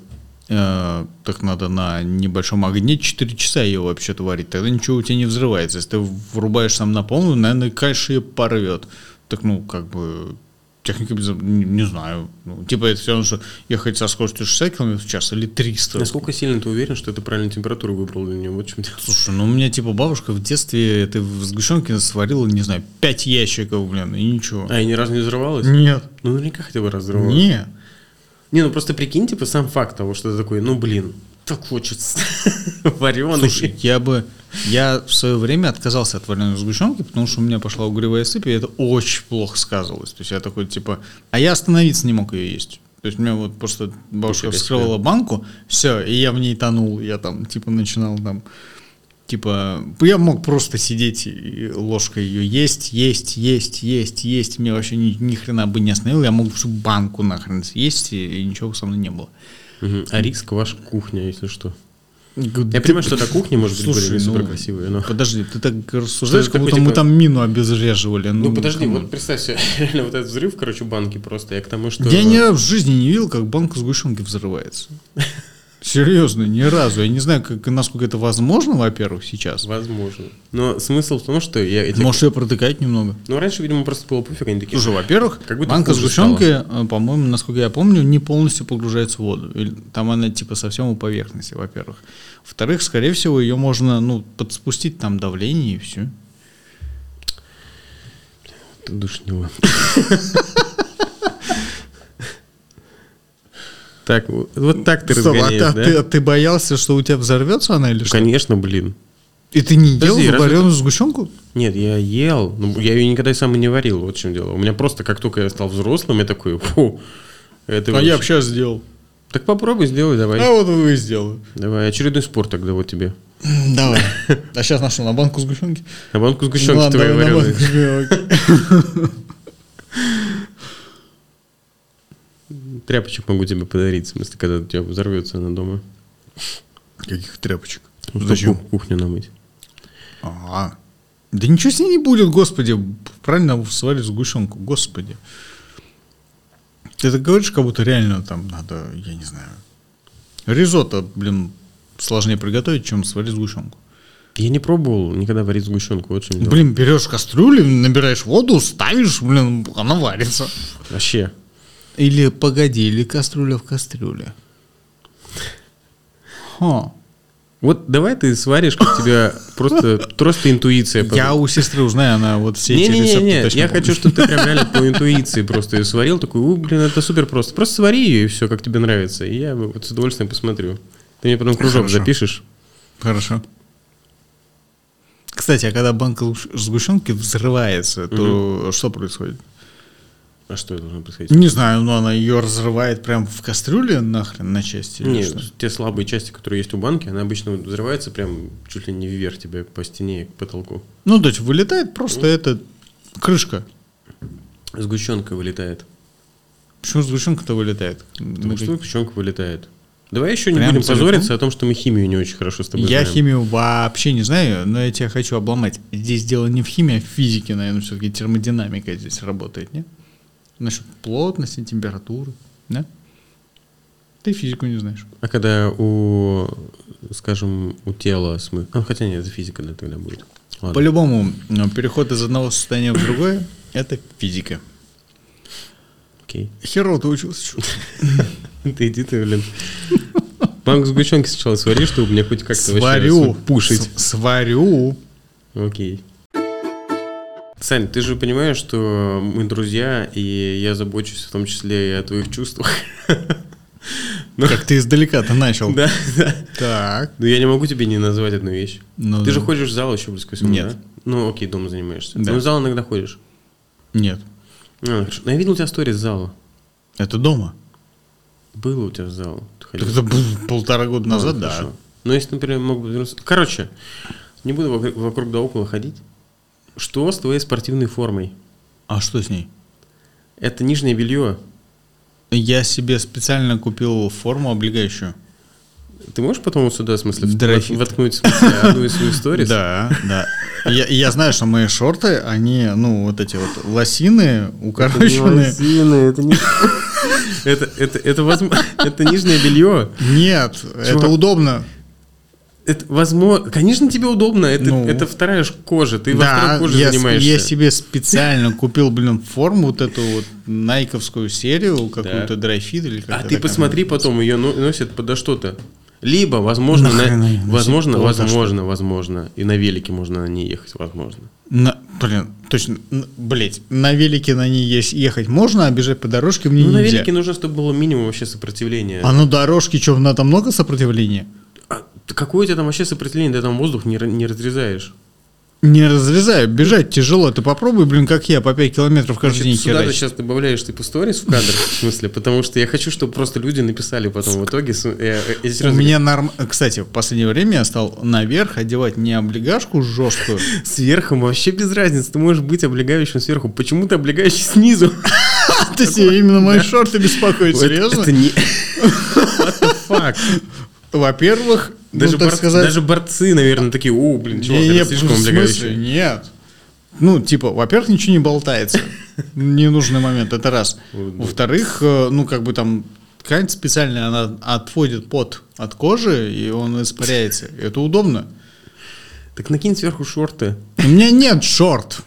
Э, так надо на небольшом огне 4 часа ее вообще-то варить, тогда ничего у тебя не взрывается. Если ты врубаешь сам на полную, наверное, конечно, ее порвет. Так, ну, как бы, техника без... Не, не знаю. Ну, типа, это все равно, что ехать со скоростью 60 км в час или 300.
Насколько сильно ты уверен, что ты правильную температуру выбрал для нее? Вот в чем дело.
Слушай, ну у меня типа бабушка в детстве этой в сгущенке сварила, не знаю, 5 ящиков, блин, и ничего.
А, и ни разу не взрывалась?
Нет.
Ну, наверняка хотя бы раз взрывалась. Не.
Нет.
ну просто прикинь, типа, сам факт того, что ты такой, ну, блин, так хочется. Вареный.
Слушай, я бы... Я в свое время отказался от вареной сгущенки, потому что у меня пошла угревая сыпь, и это очень плохо сказывалось. То есть я такой, типа... А я остановиться не мог ее есть. То есть у меня вот просто бабушка
Нифига себе.
вскрывала банку, все, и я в ней тонул. Я там, типа, начинал там... Типа, я мог просто сидеть и ложкой ее есть, есть, есть, есть, есть. Меня вообще ни, ни хрена бы не остановило. Я мог всю банку нахрен съесть, и, и ничего со мной не было.
Мгм. А риск ваша кухня, если что.
Я
Я понимаю, что на кухне, может быть, были
Слушай,
не
ну,
супер красивые, но...
Подожди, ты так рассуждаешь,
Ты
как
такой,
будто мы
типа-
там мину обезвреживали.
Ну, подожди,
камон.
вот представь себе, реально вот этот взрыв, короче, банки просто, я к тому, что...
Я ни разу в жизни не видел, как банка сгущенки взрывается. Серьезно, ни разу. Я не знаю, как, насколько это возможно, во-первых, сейчас.
Возможно. Но смысл в том, что я... я тебе-
Может, Ну, ее протыкать немного.
Ну, раньше, видимо, просто было пофиг, они такие...
Слушай, во-первых,
Как будто
банка
хуже
сгущенки, э, по-моему, насколько я помню, не полностью погружается в воду. Или Там она типа совсем у поверхности, во-первых. Во-вторых, скорее всего, ее можно ну, подспустить там давление и все.
Ты душнило. Так, вот- вот так ты
Стоп, а
разгоняешь,
ты, а
да?
ты- ты боялся, что у тебя взорвется она или что?
Конечно, блин.
И ты не ел
Подожди, разве
вареную сгущенку?
Нет, я ел, но я ее никогда сам и не варил, вот в чем дело. У меня просто, как только я стал взрослым, я такой, фу,
А
это вообще-
сейчас сделал. А
Так попробуй, сделай, давай.
вот вы и сделали.
Давай, очередной спор тогда вот тебе.
Давай. А сейчас на что, на банку сгущенки?
На
Ну
банку сгущенки
ладно,
твоей
давай на
вареной.
банку сгущенки.
Тряпочек могу тебе подарить, в смысле, когда у тебя взорвется она дома.
Каких тряпочек?
Ну, чтоб
Зачем?
кух- Кухню намыть.
А, Да ничего с ней не будет, господи. Правильно сварить сгущенку, господи. Ты так говоришь, как будто реально там надо, я не знаю. Ризотто, блин, сложнее приготовить, чем сварить сгущенку.
Я не пробовал никогда варить сгущенку, вот в чем дело.
Блин, берешь кастрюлю, набираешь воду, ставишь, блин, она варится.
Вообще.
Или погоди, или кастрюля в кастрюле. Ха.
Вот давай ты сваришь, как тебя просто, просто интуиция.
Я у сестры узнаю, она вот все эти рецепты
Не-не-не,
точно
я
помнит.
хочу, чтобы ты прям реально по интуиции просто ее сварил. Такой, у, блин, это супер просто. Просто свари ее и все, как тебе нравится. И я вот с удовольствием посмотрю. Ты мне потом кружок
Хорошо.
запишешь.
Хорошо. Кстати, а когда банка луш- сгущенки взрывается, то что происходит?
А что должно происходить?
Не знаю, но она ее разрывает прям в кастрюле нахрен на части или
Нет,
что?
те слабые части, которые есть у банки, она обычно взрывается прям чуть ли не вверх тебе по стене и к потолку.
Ну, то есть вылетает просто эта крышка.
Сгущенка вылетает.
Почему сгущенка-то вылетает?
Потому
Ну,
что сгущенка вылетает. Давай еще не
Прям
будем
целиком?
позориться о том, что мы химию не очень хорошо с тобой
Я
знаем.
химию вообще не знаю, но я тебя хочу обломать. Здесь дело не в химии, а в физике, наверное, все-таки термодинамика здесь работает, нет? Насчет плотности, температуры, да? Ты физику не знаешь.
А когда у, скажем, у тела смы... А, хотя нет, это физика, да, тогда будет. Ладно.
По-любому, э, переход из одного состояния в другое — это физика.
Окей.
Херово ты учился. чё?
Ты иди ты, блин. Банку сгущенки сначала свари, чтобы мне хоть как-то вообще
Сварю.
су- пушить.
С- Сварю.
Окей. Сань, ты же понимаешь, что мы друзья, и я забочусь в том числе и о твоих чувствах. Ну.
Как ты издалека-то начал.
Да, да.
Так.
Ну я не могу тебе не назвать одну вещь.
Ну
Ты же
да.
ходишь в зал еще близко всего,
Нет.
да? Ну окей, дома занимаешься.
Да.
Ну в зал иногда ходишь.
Нет,
А, хорошо. Но я видел у тебя сториз зала.
это дома.
Было у тебя в зал. Ты
Так
ходил?
это был полтора года назад,
Ну,
да.
хорошо. Ну, если, например, мог бы вернуться... Короче, не буду вокруг, вокруг да около ходить. Что с твоей спортивной формой?
А что с ней?
Это нижнее белье.
Я себе специально купил форму облегающую.
Ты можешь потом вот сюда, в смысле, в-
Дрочит.
воткнуть в смысле, одну из своих сториз?
Да, да. Я, я знаю, что мои шорты, они, ну, вот эти вот лосины,
Это не
укороченные.
лосины, это не... Это, это, это, возм- это нижнее белье.
Нет, это удобно.
Это возможно... Конечно, тебе удобно. Это,
Ну.
это вторая ж кожа. Ты во второй
да,
коже
я, с-
занимаешься.
я себе специально купил, блин, форму вот эту вот найковскую серию, какую-то драйфит или как
А ты посмотри потом, ее но- носят подо что-то. Либо, возможно, на-
Нахрен ее носить
возможно,
подо что?
возможно, возможно, и на велике можно на ней ехать, возможно.
На, блин, точно, н- блядь, на велике на ней есть ехать можно, а бежать по дорожке мне
Ну, на
нельзя.
велике нужно, чтобы было минимум вообще сопротивления.
А на дорожке что, надо много сопротивления?
А ты- какое у тебя там вообще сопротивление? Ты там воздух не, ра- не разрезаешь.
Не разрезаю, бежать тяжело. Ты попробуй, блин, как я, по 5 километров каждый
Значит,
день
сюда ты
херачить.
сейчас добавляешь типа сторис в кадр, в смысле, потому что я хочу, чтобы просто люди написали потом в итоге. с- э, э, я
У
серьезно
меня норм... Кстати, в последнее время я стал наверх одевать не облегашку жесткую.
говорю, Сверху вообще без разницы, ты можешь быть облегающим сверху. Почему ты облегающий снизу?
а Ты себе именно мои шорты беспокоит, серьезно?
Это не... What the fuck?
Во-первых, ну,
Даже,
так
борц-
сказать...
даже борцы, наверное, такие, о, блин, чувак,
не,
это
не,
слишком
в смысле,
облегающий.
Нет. Ну, типа, во-первых, ничего не болтается. Ненужный момент, это раз. Во-вторых, э, ну, как бы там ткань специальная, она отводит пот от кожи, и он испаряется. Это удобно.
Так накинь сверху шорты.
У меня нет шорт.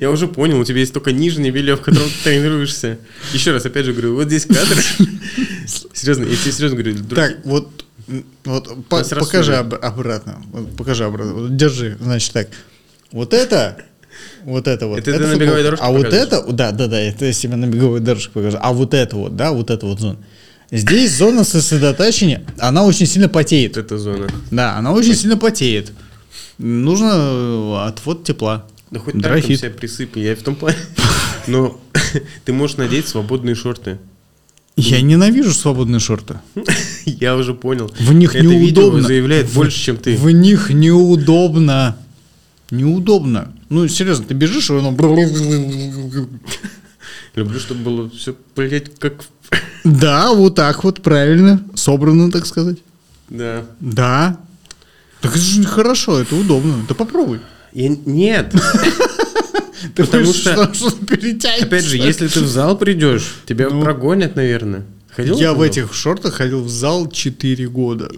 Я уже понял, у тебя есть только нижнее белье, в котором ты тренируешься. Еще раз, опять же говорю, вот здесь кадр. Серьезно, я тебе серьезно говорю, друг-
Так, вот, м, вот по-
Нас
покажи
рассудят.
об- обратно. Вот покажи обратно. Вот держи. Значит так. Вот это, вот это вот.
Это ты на
футболка.
беговой дорожке
А вот
показываешь?
это, да, да, да, это я себе на беговой дорожке покажу. А вот это вот, да, вот это вот зона. Здесь зона сосредоточения, она очень сильно
вот
потеет.
эта зона.
Да, она очень сильно потеет. Нужно э, отвод тепла.
Да хоть так там
Дрохит.
себя присыпь, я в том плане. Но ты можешь надеть свободные шорты.
Я ненавижу свободные шорты.
Я уже понял.
В них
Это видео
неудобно.
заявляет больше, чем ты.
В них неудобно. Неудобно. Ну, серьезно, ты бежишь, и оно...
Люблю, чтобы было все, блядь, как... в-
Да, вот так вот, правильно. Собрано, так сказать.
Да.
Да. Так это же хорошо, это удобно. Да попробуй.
Я- Нет,
Ты
Потому
будешь
что-
что- что-то перетянешь.
Опять же, если ты в зал придешь, тебя
Ну.
прогонят, наверное. Ходил
Я
ты
в
зал?
этих шортах ходил в зал 4 года.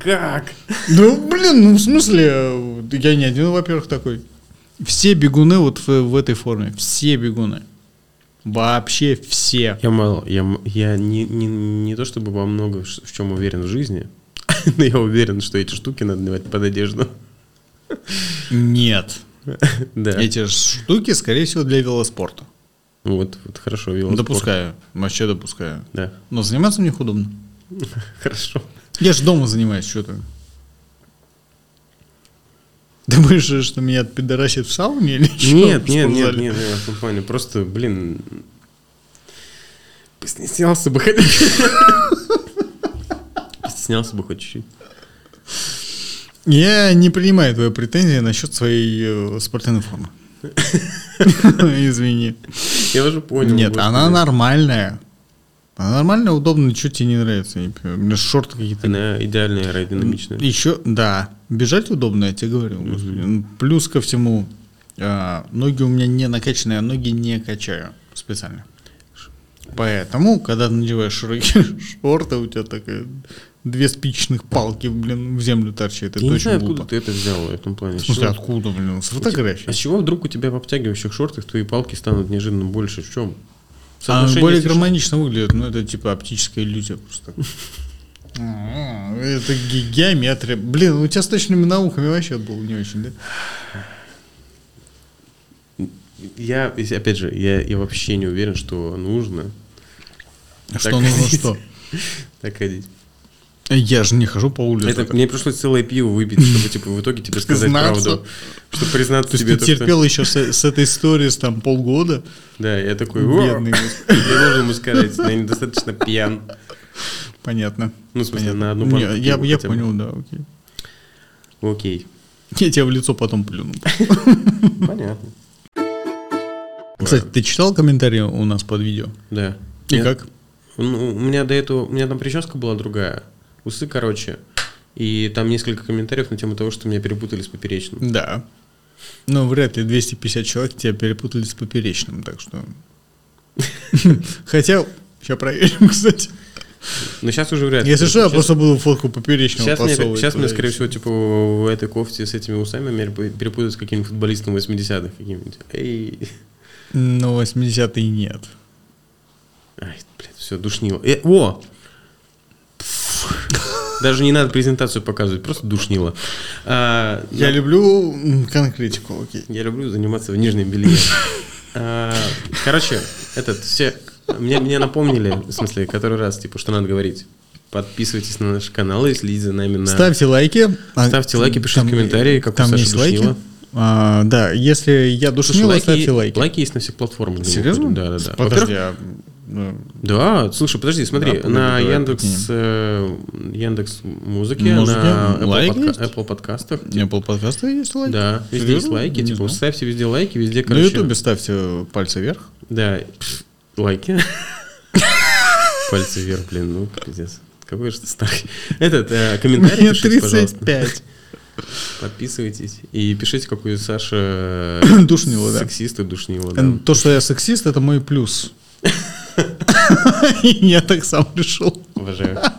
Как?
Ну, блин, ну в смысле, э, я не один, во-первых, такой. Все бегуны вот в, в этой форме. Все бегуны. Вообще все.
Я мало, я, м- я не, не, не то чтобы во много ш- в чем уверен в жизни, но я уверен, что эти штуки надо надевать под одежду.
Нет.
Да.
Эти ж штуки, скорее всего, для велоспорта.
Вот, вот хорошо, велоспорт.
Допускаю. Вообще допускаю.
Да.
Но заниматься мне их удобно.
Хорошо.
Я же дома занимаюсь, что ты. Думаешь, что меня пидорасит в сауне или что?
Нет,
В
нет, нет,
спортзале?
нет, я в том плане. Просто, блин, постеснялся бы хотя бы. Постеснялся бы хоть чуть-чуть.
Я не принимаю твои претензии насчет своей э, спортивной формы. Извини.
Я уже понял.
Нет,
господи.
она нормальная. А нормально, удобно, ничего тебе не нравится. Я не понимаю. У меня шорты какие-то.
Она идеальная аэродинамичная.
Еще, да, бежать удобно, я тебе говорил. господи. Ну, Плюс ко всему, а, ноги у меня не накачанные, я ноги не качаю специально. Поэтому, когда ты надеваешь широкие шорты, у тебя такая две спичечных палки, блин, в землю торчит. Это
Я не
очень
знаю,
глупо.
откуда ты это взял в этом плане.
В смысле,
Чего?
откуда, блин, с
А с
фотографией.
чего вдруг у тебя в обтягивающих шортах твои палки станут неожиданно больше? В чем?
А, более гармонично выглядит, но это типа оптическая иллюзия просто. А, Это ге- геометрия. Блин, у тебя с точными науками вообще было не очень, да?
Я, если- опять же, я, я вообще не уверен, что нужно
Что
Так.
нужно А что?
так ходить.
Я же не хожу по улице.
Это, мне пришлось целое пиво выпить, чтобы типа, в итоге тебе сказать
Признаться.
правду. Чтобы признаться
То есть
тебе
ты
то, что-
терпел еще с, с этой историей с там полгода?
Да, я такой, «О,
Бедный. господи.
я должен ему сказать, но я недостаточно пьян.
Понятно.
Ну, в смысле,
Понятно.
на одну
Не,
банку
я,
пива
я
хотя бы.
понял, да, окей.
Окей.
Я тебя в лицо потом плюну.
Понятно.
Кстати, ты читал комментарии у нас под видео?
Да.
И
Я-
как?
Ну, у меня до этого, у меня там прическа была другая, усы короче, и там несколько комментариев на тему того, что меня перепутали с поперечным.
Да. Но вряд ли 250 человек тебя перепутали с поперечным, так что... Хотя, сейчас проверим, кстати.
Но сейчас уже вряд ли.
Если что, я
Сейчас-
просто буду фотку поперечного
Сейчас, мне,
подсовывать
сейчас мне,
туда и
скорее
всё.
всего, типа, в этой кофте с этими усами меня переп- перепутают с каким-нибудь футболистом 80-х каким-нибудь. Эй.
Но 80-е Ну, нет.
Ай, блядь, все, душнило. Э, о! Даже не надо презентацию показывать, просто душнило. А,
Я
на-
люблю м, конкретику, окей.
Я люблю заниматься в нижнем белье. А, Короче, этот, все... Мне, мне напомнили, в смысле, который раз, типа, что надо говорить. Подписывайтесь на наш канал и следите за нами на...
Ставьте лайки. А,
Ставьте лайки, пишите
там-
комментарии, как у
там
Саши
есть лайки?
душнило.
А, да, если я
Слушай,
душнило, ставьте лайки.
есть на всех платформах.
Серьезно?
Да, да, да.
Подожди, а, ну,
Да, слушай, подожди,
Да,
смотри,
погоди,
на
давай
Яндекс,
прикинем.
э, Яндекс музыки,
Музыке?
на Apple,
Лайк
подка-
есть?
Apple подкастах,
у меня был подкаст, а есть лайки?
да, везде
Серьезно?
есть лайки,
Не
типа,
знал.
ставьте везде лайки, везде,
На
короче,
ютубе ставьте пальцы вверх.
да, пф, лайки, пальцы вверх, блин, ну, пиздец, какой же ты старый, этот, э, комментарий
Мне
пишите, пожалуйста,
35.
подписывайтесь и пишите, какую Саша
Душнила, да.
сексист и душнила, да.
Э, То, что я сексист, это мой плюс. Я так сам решил.
Уважаю.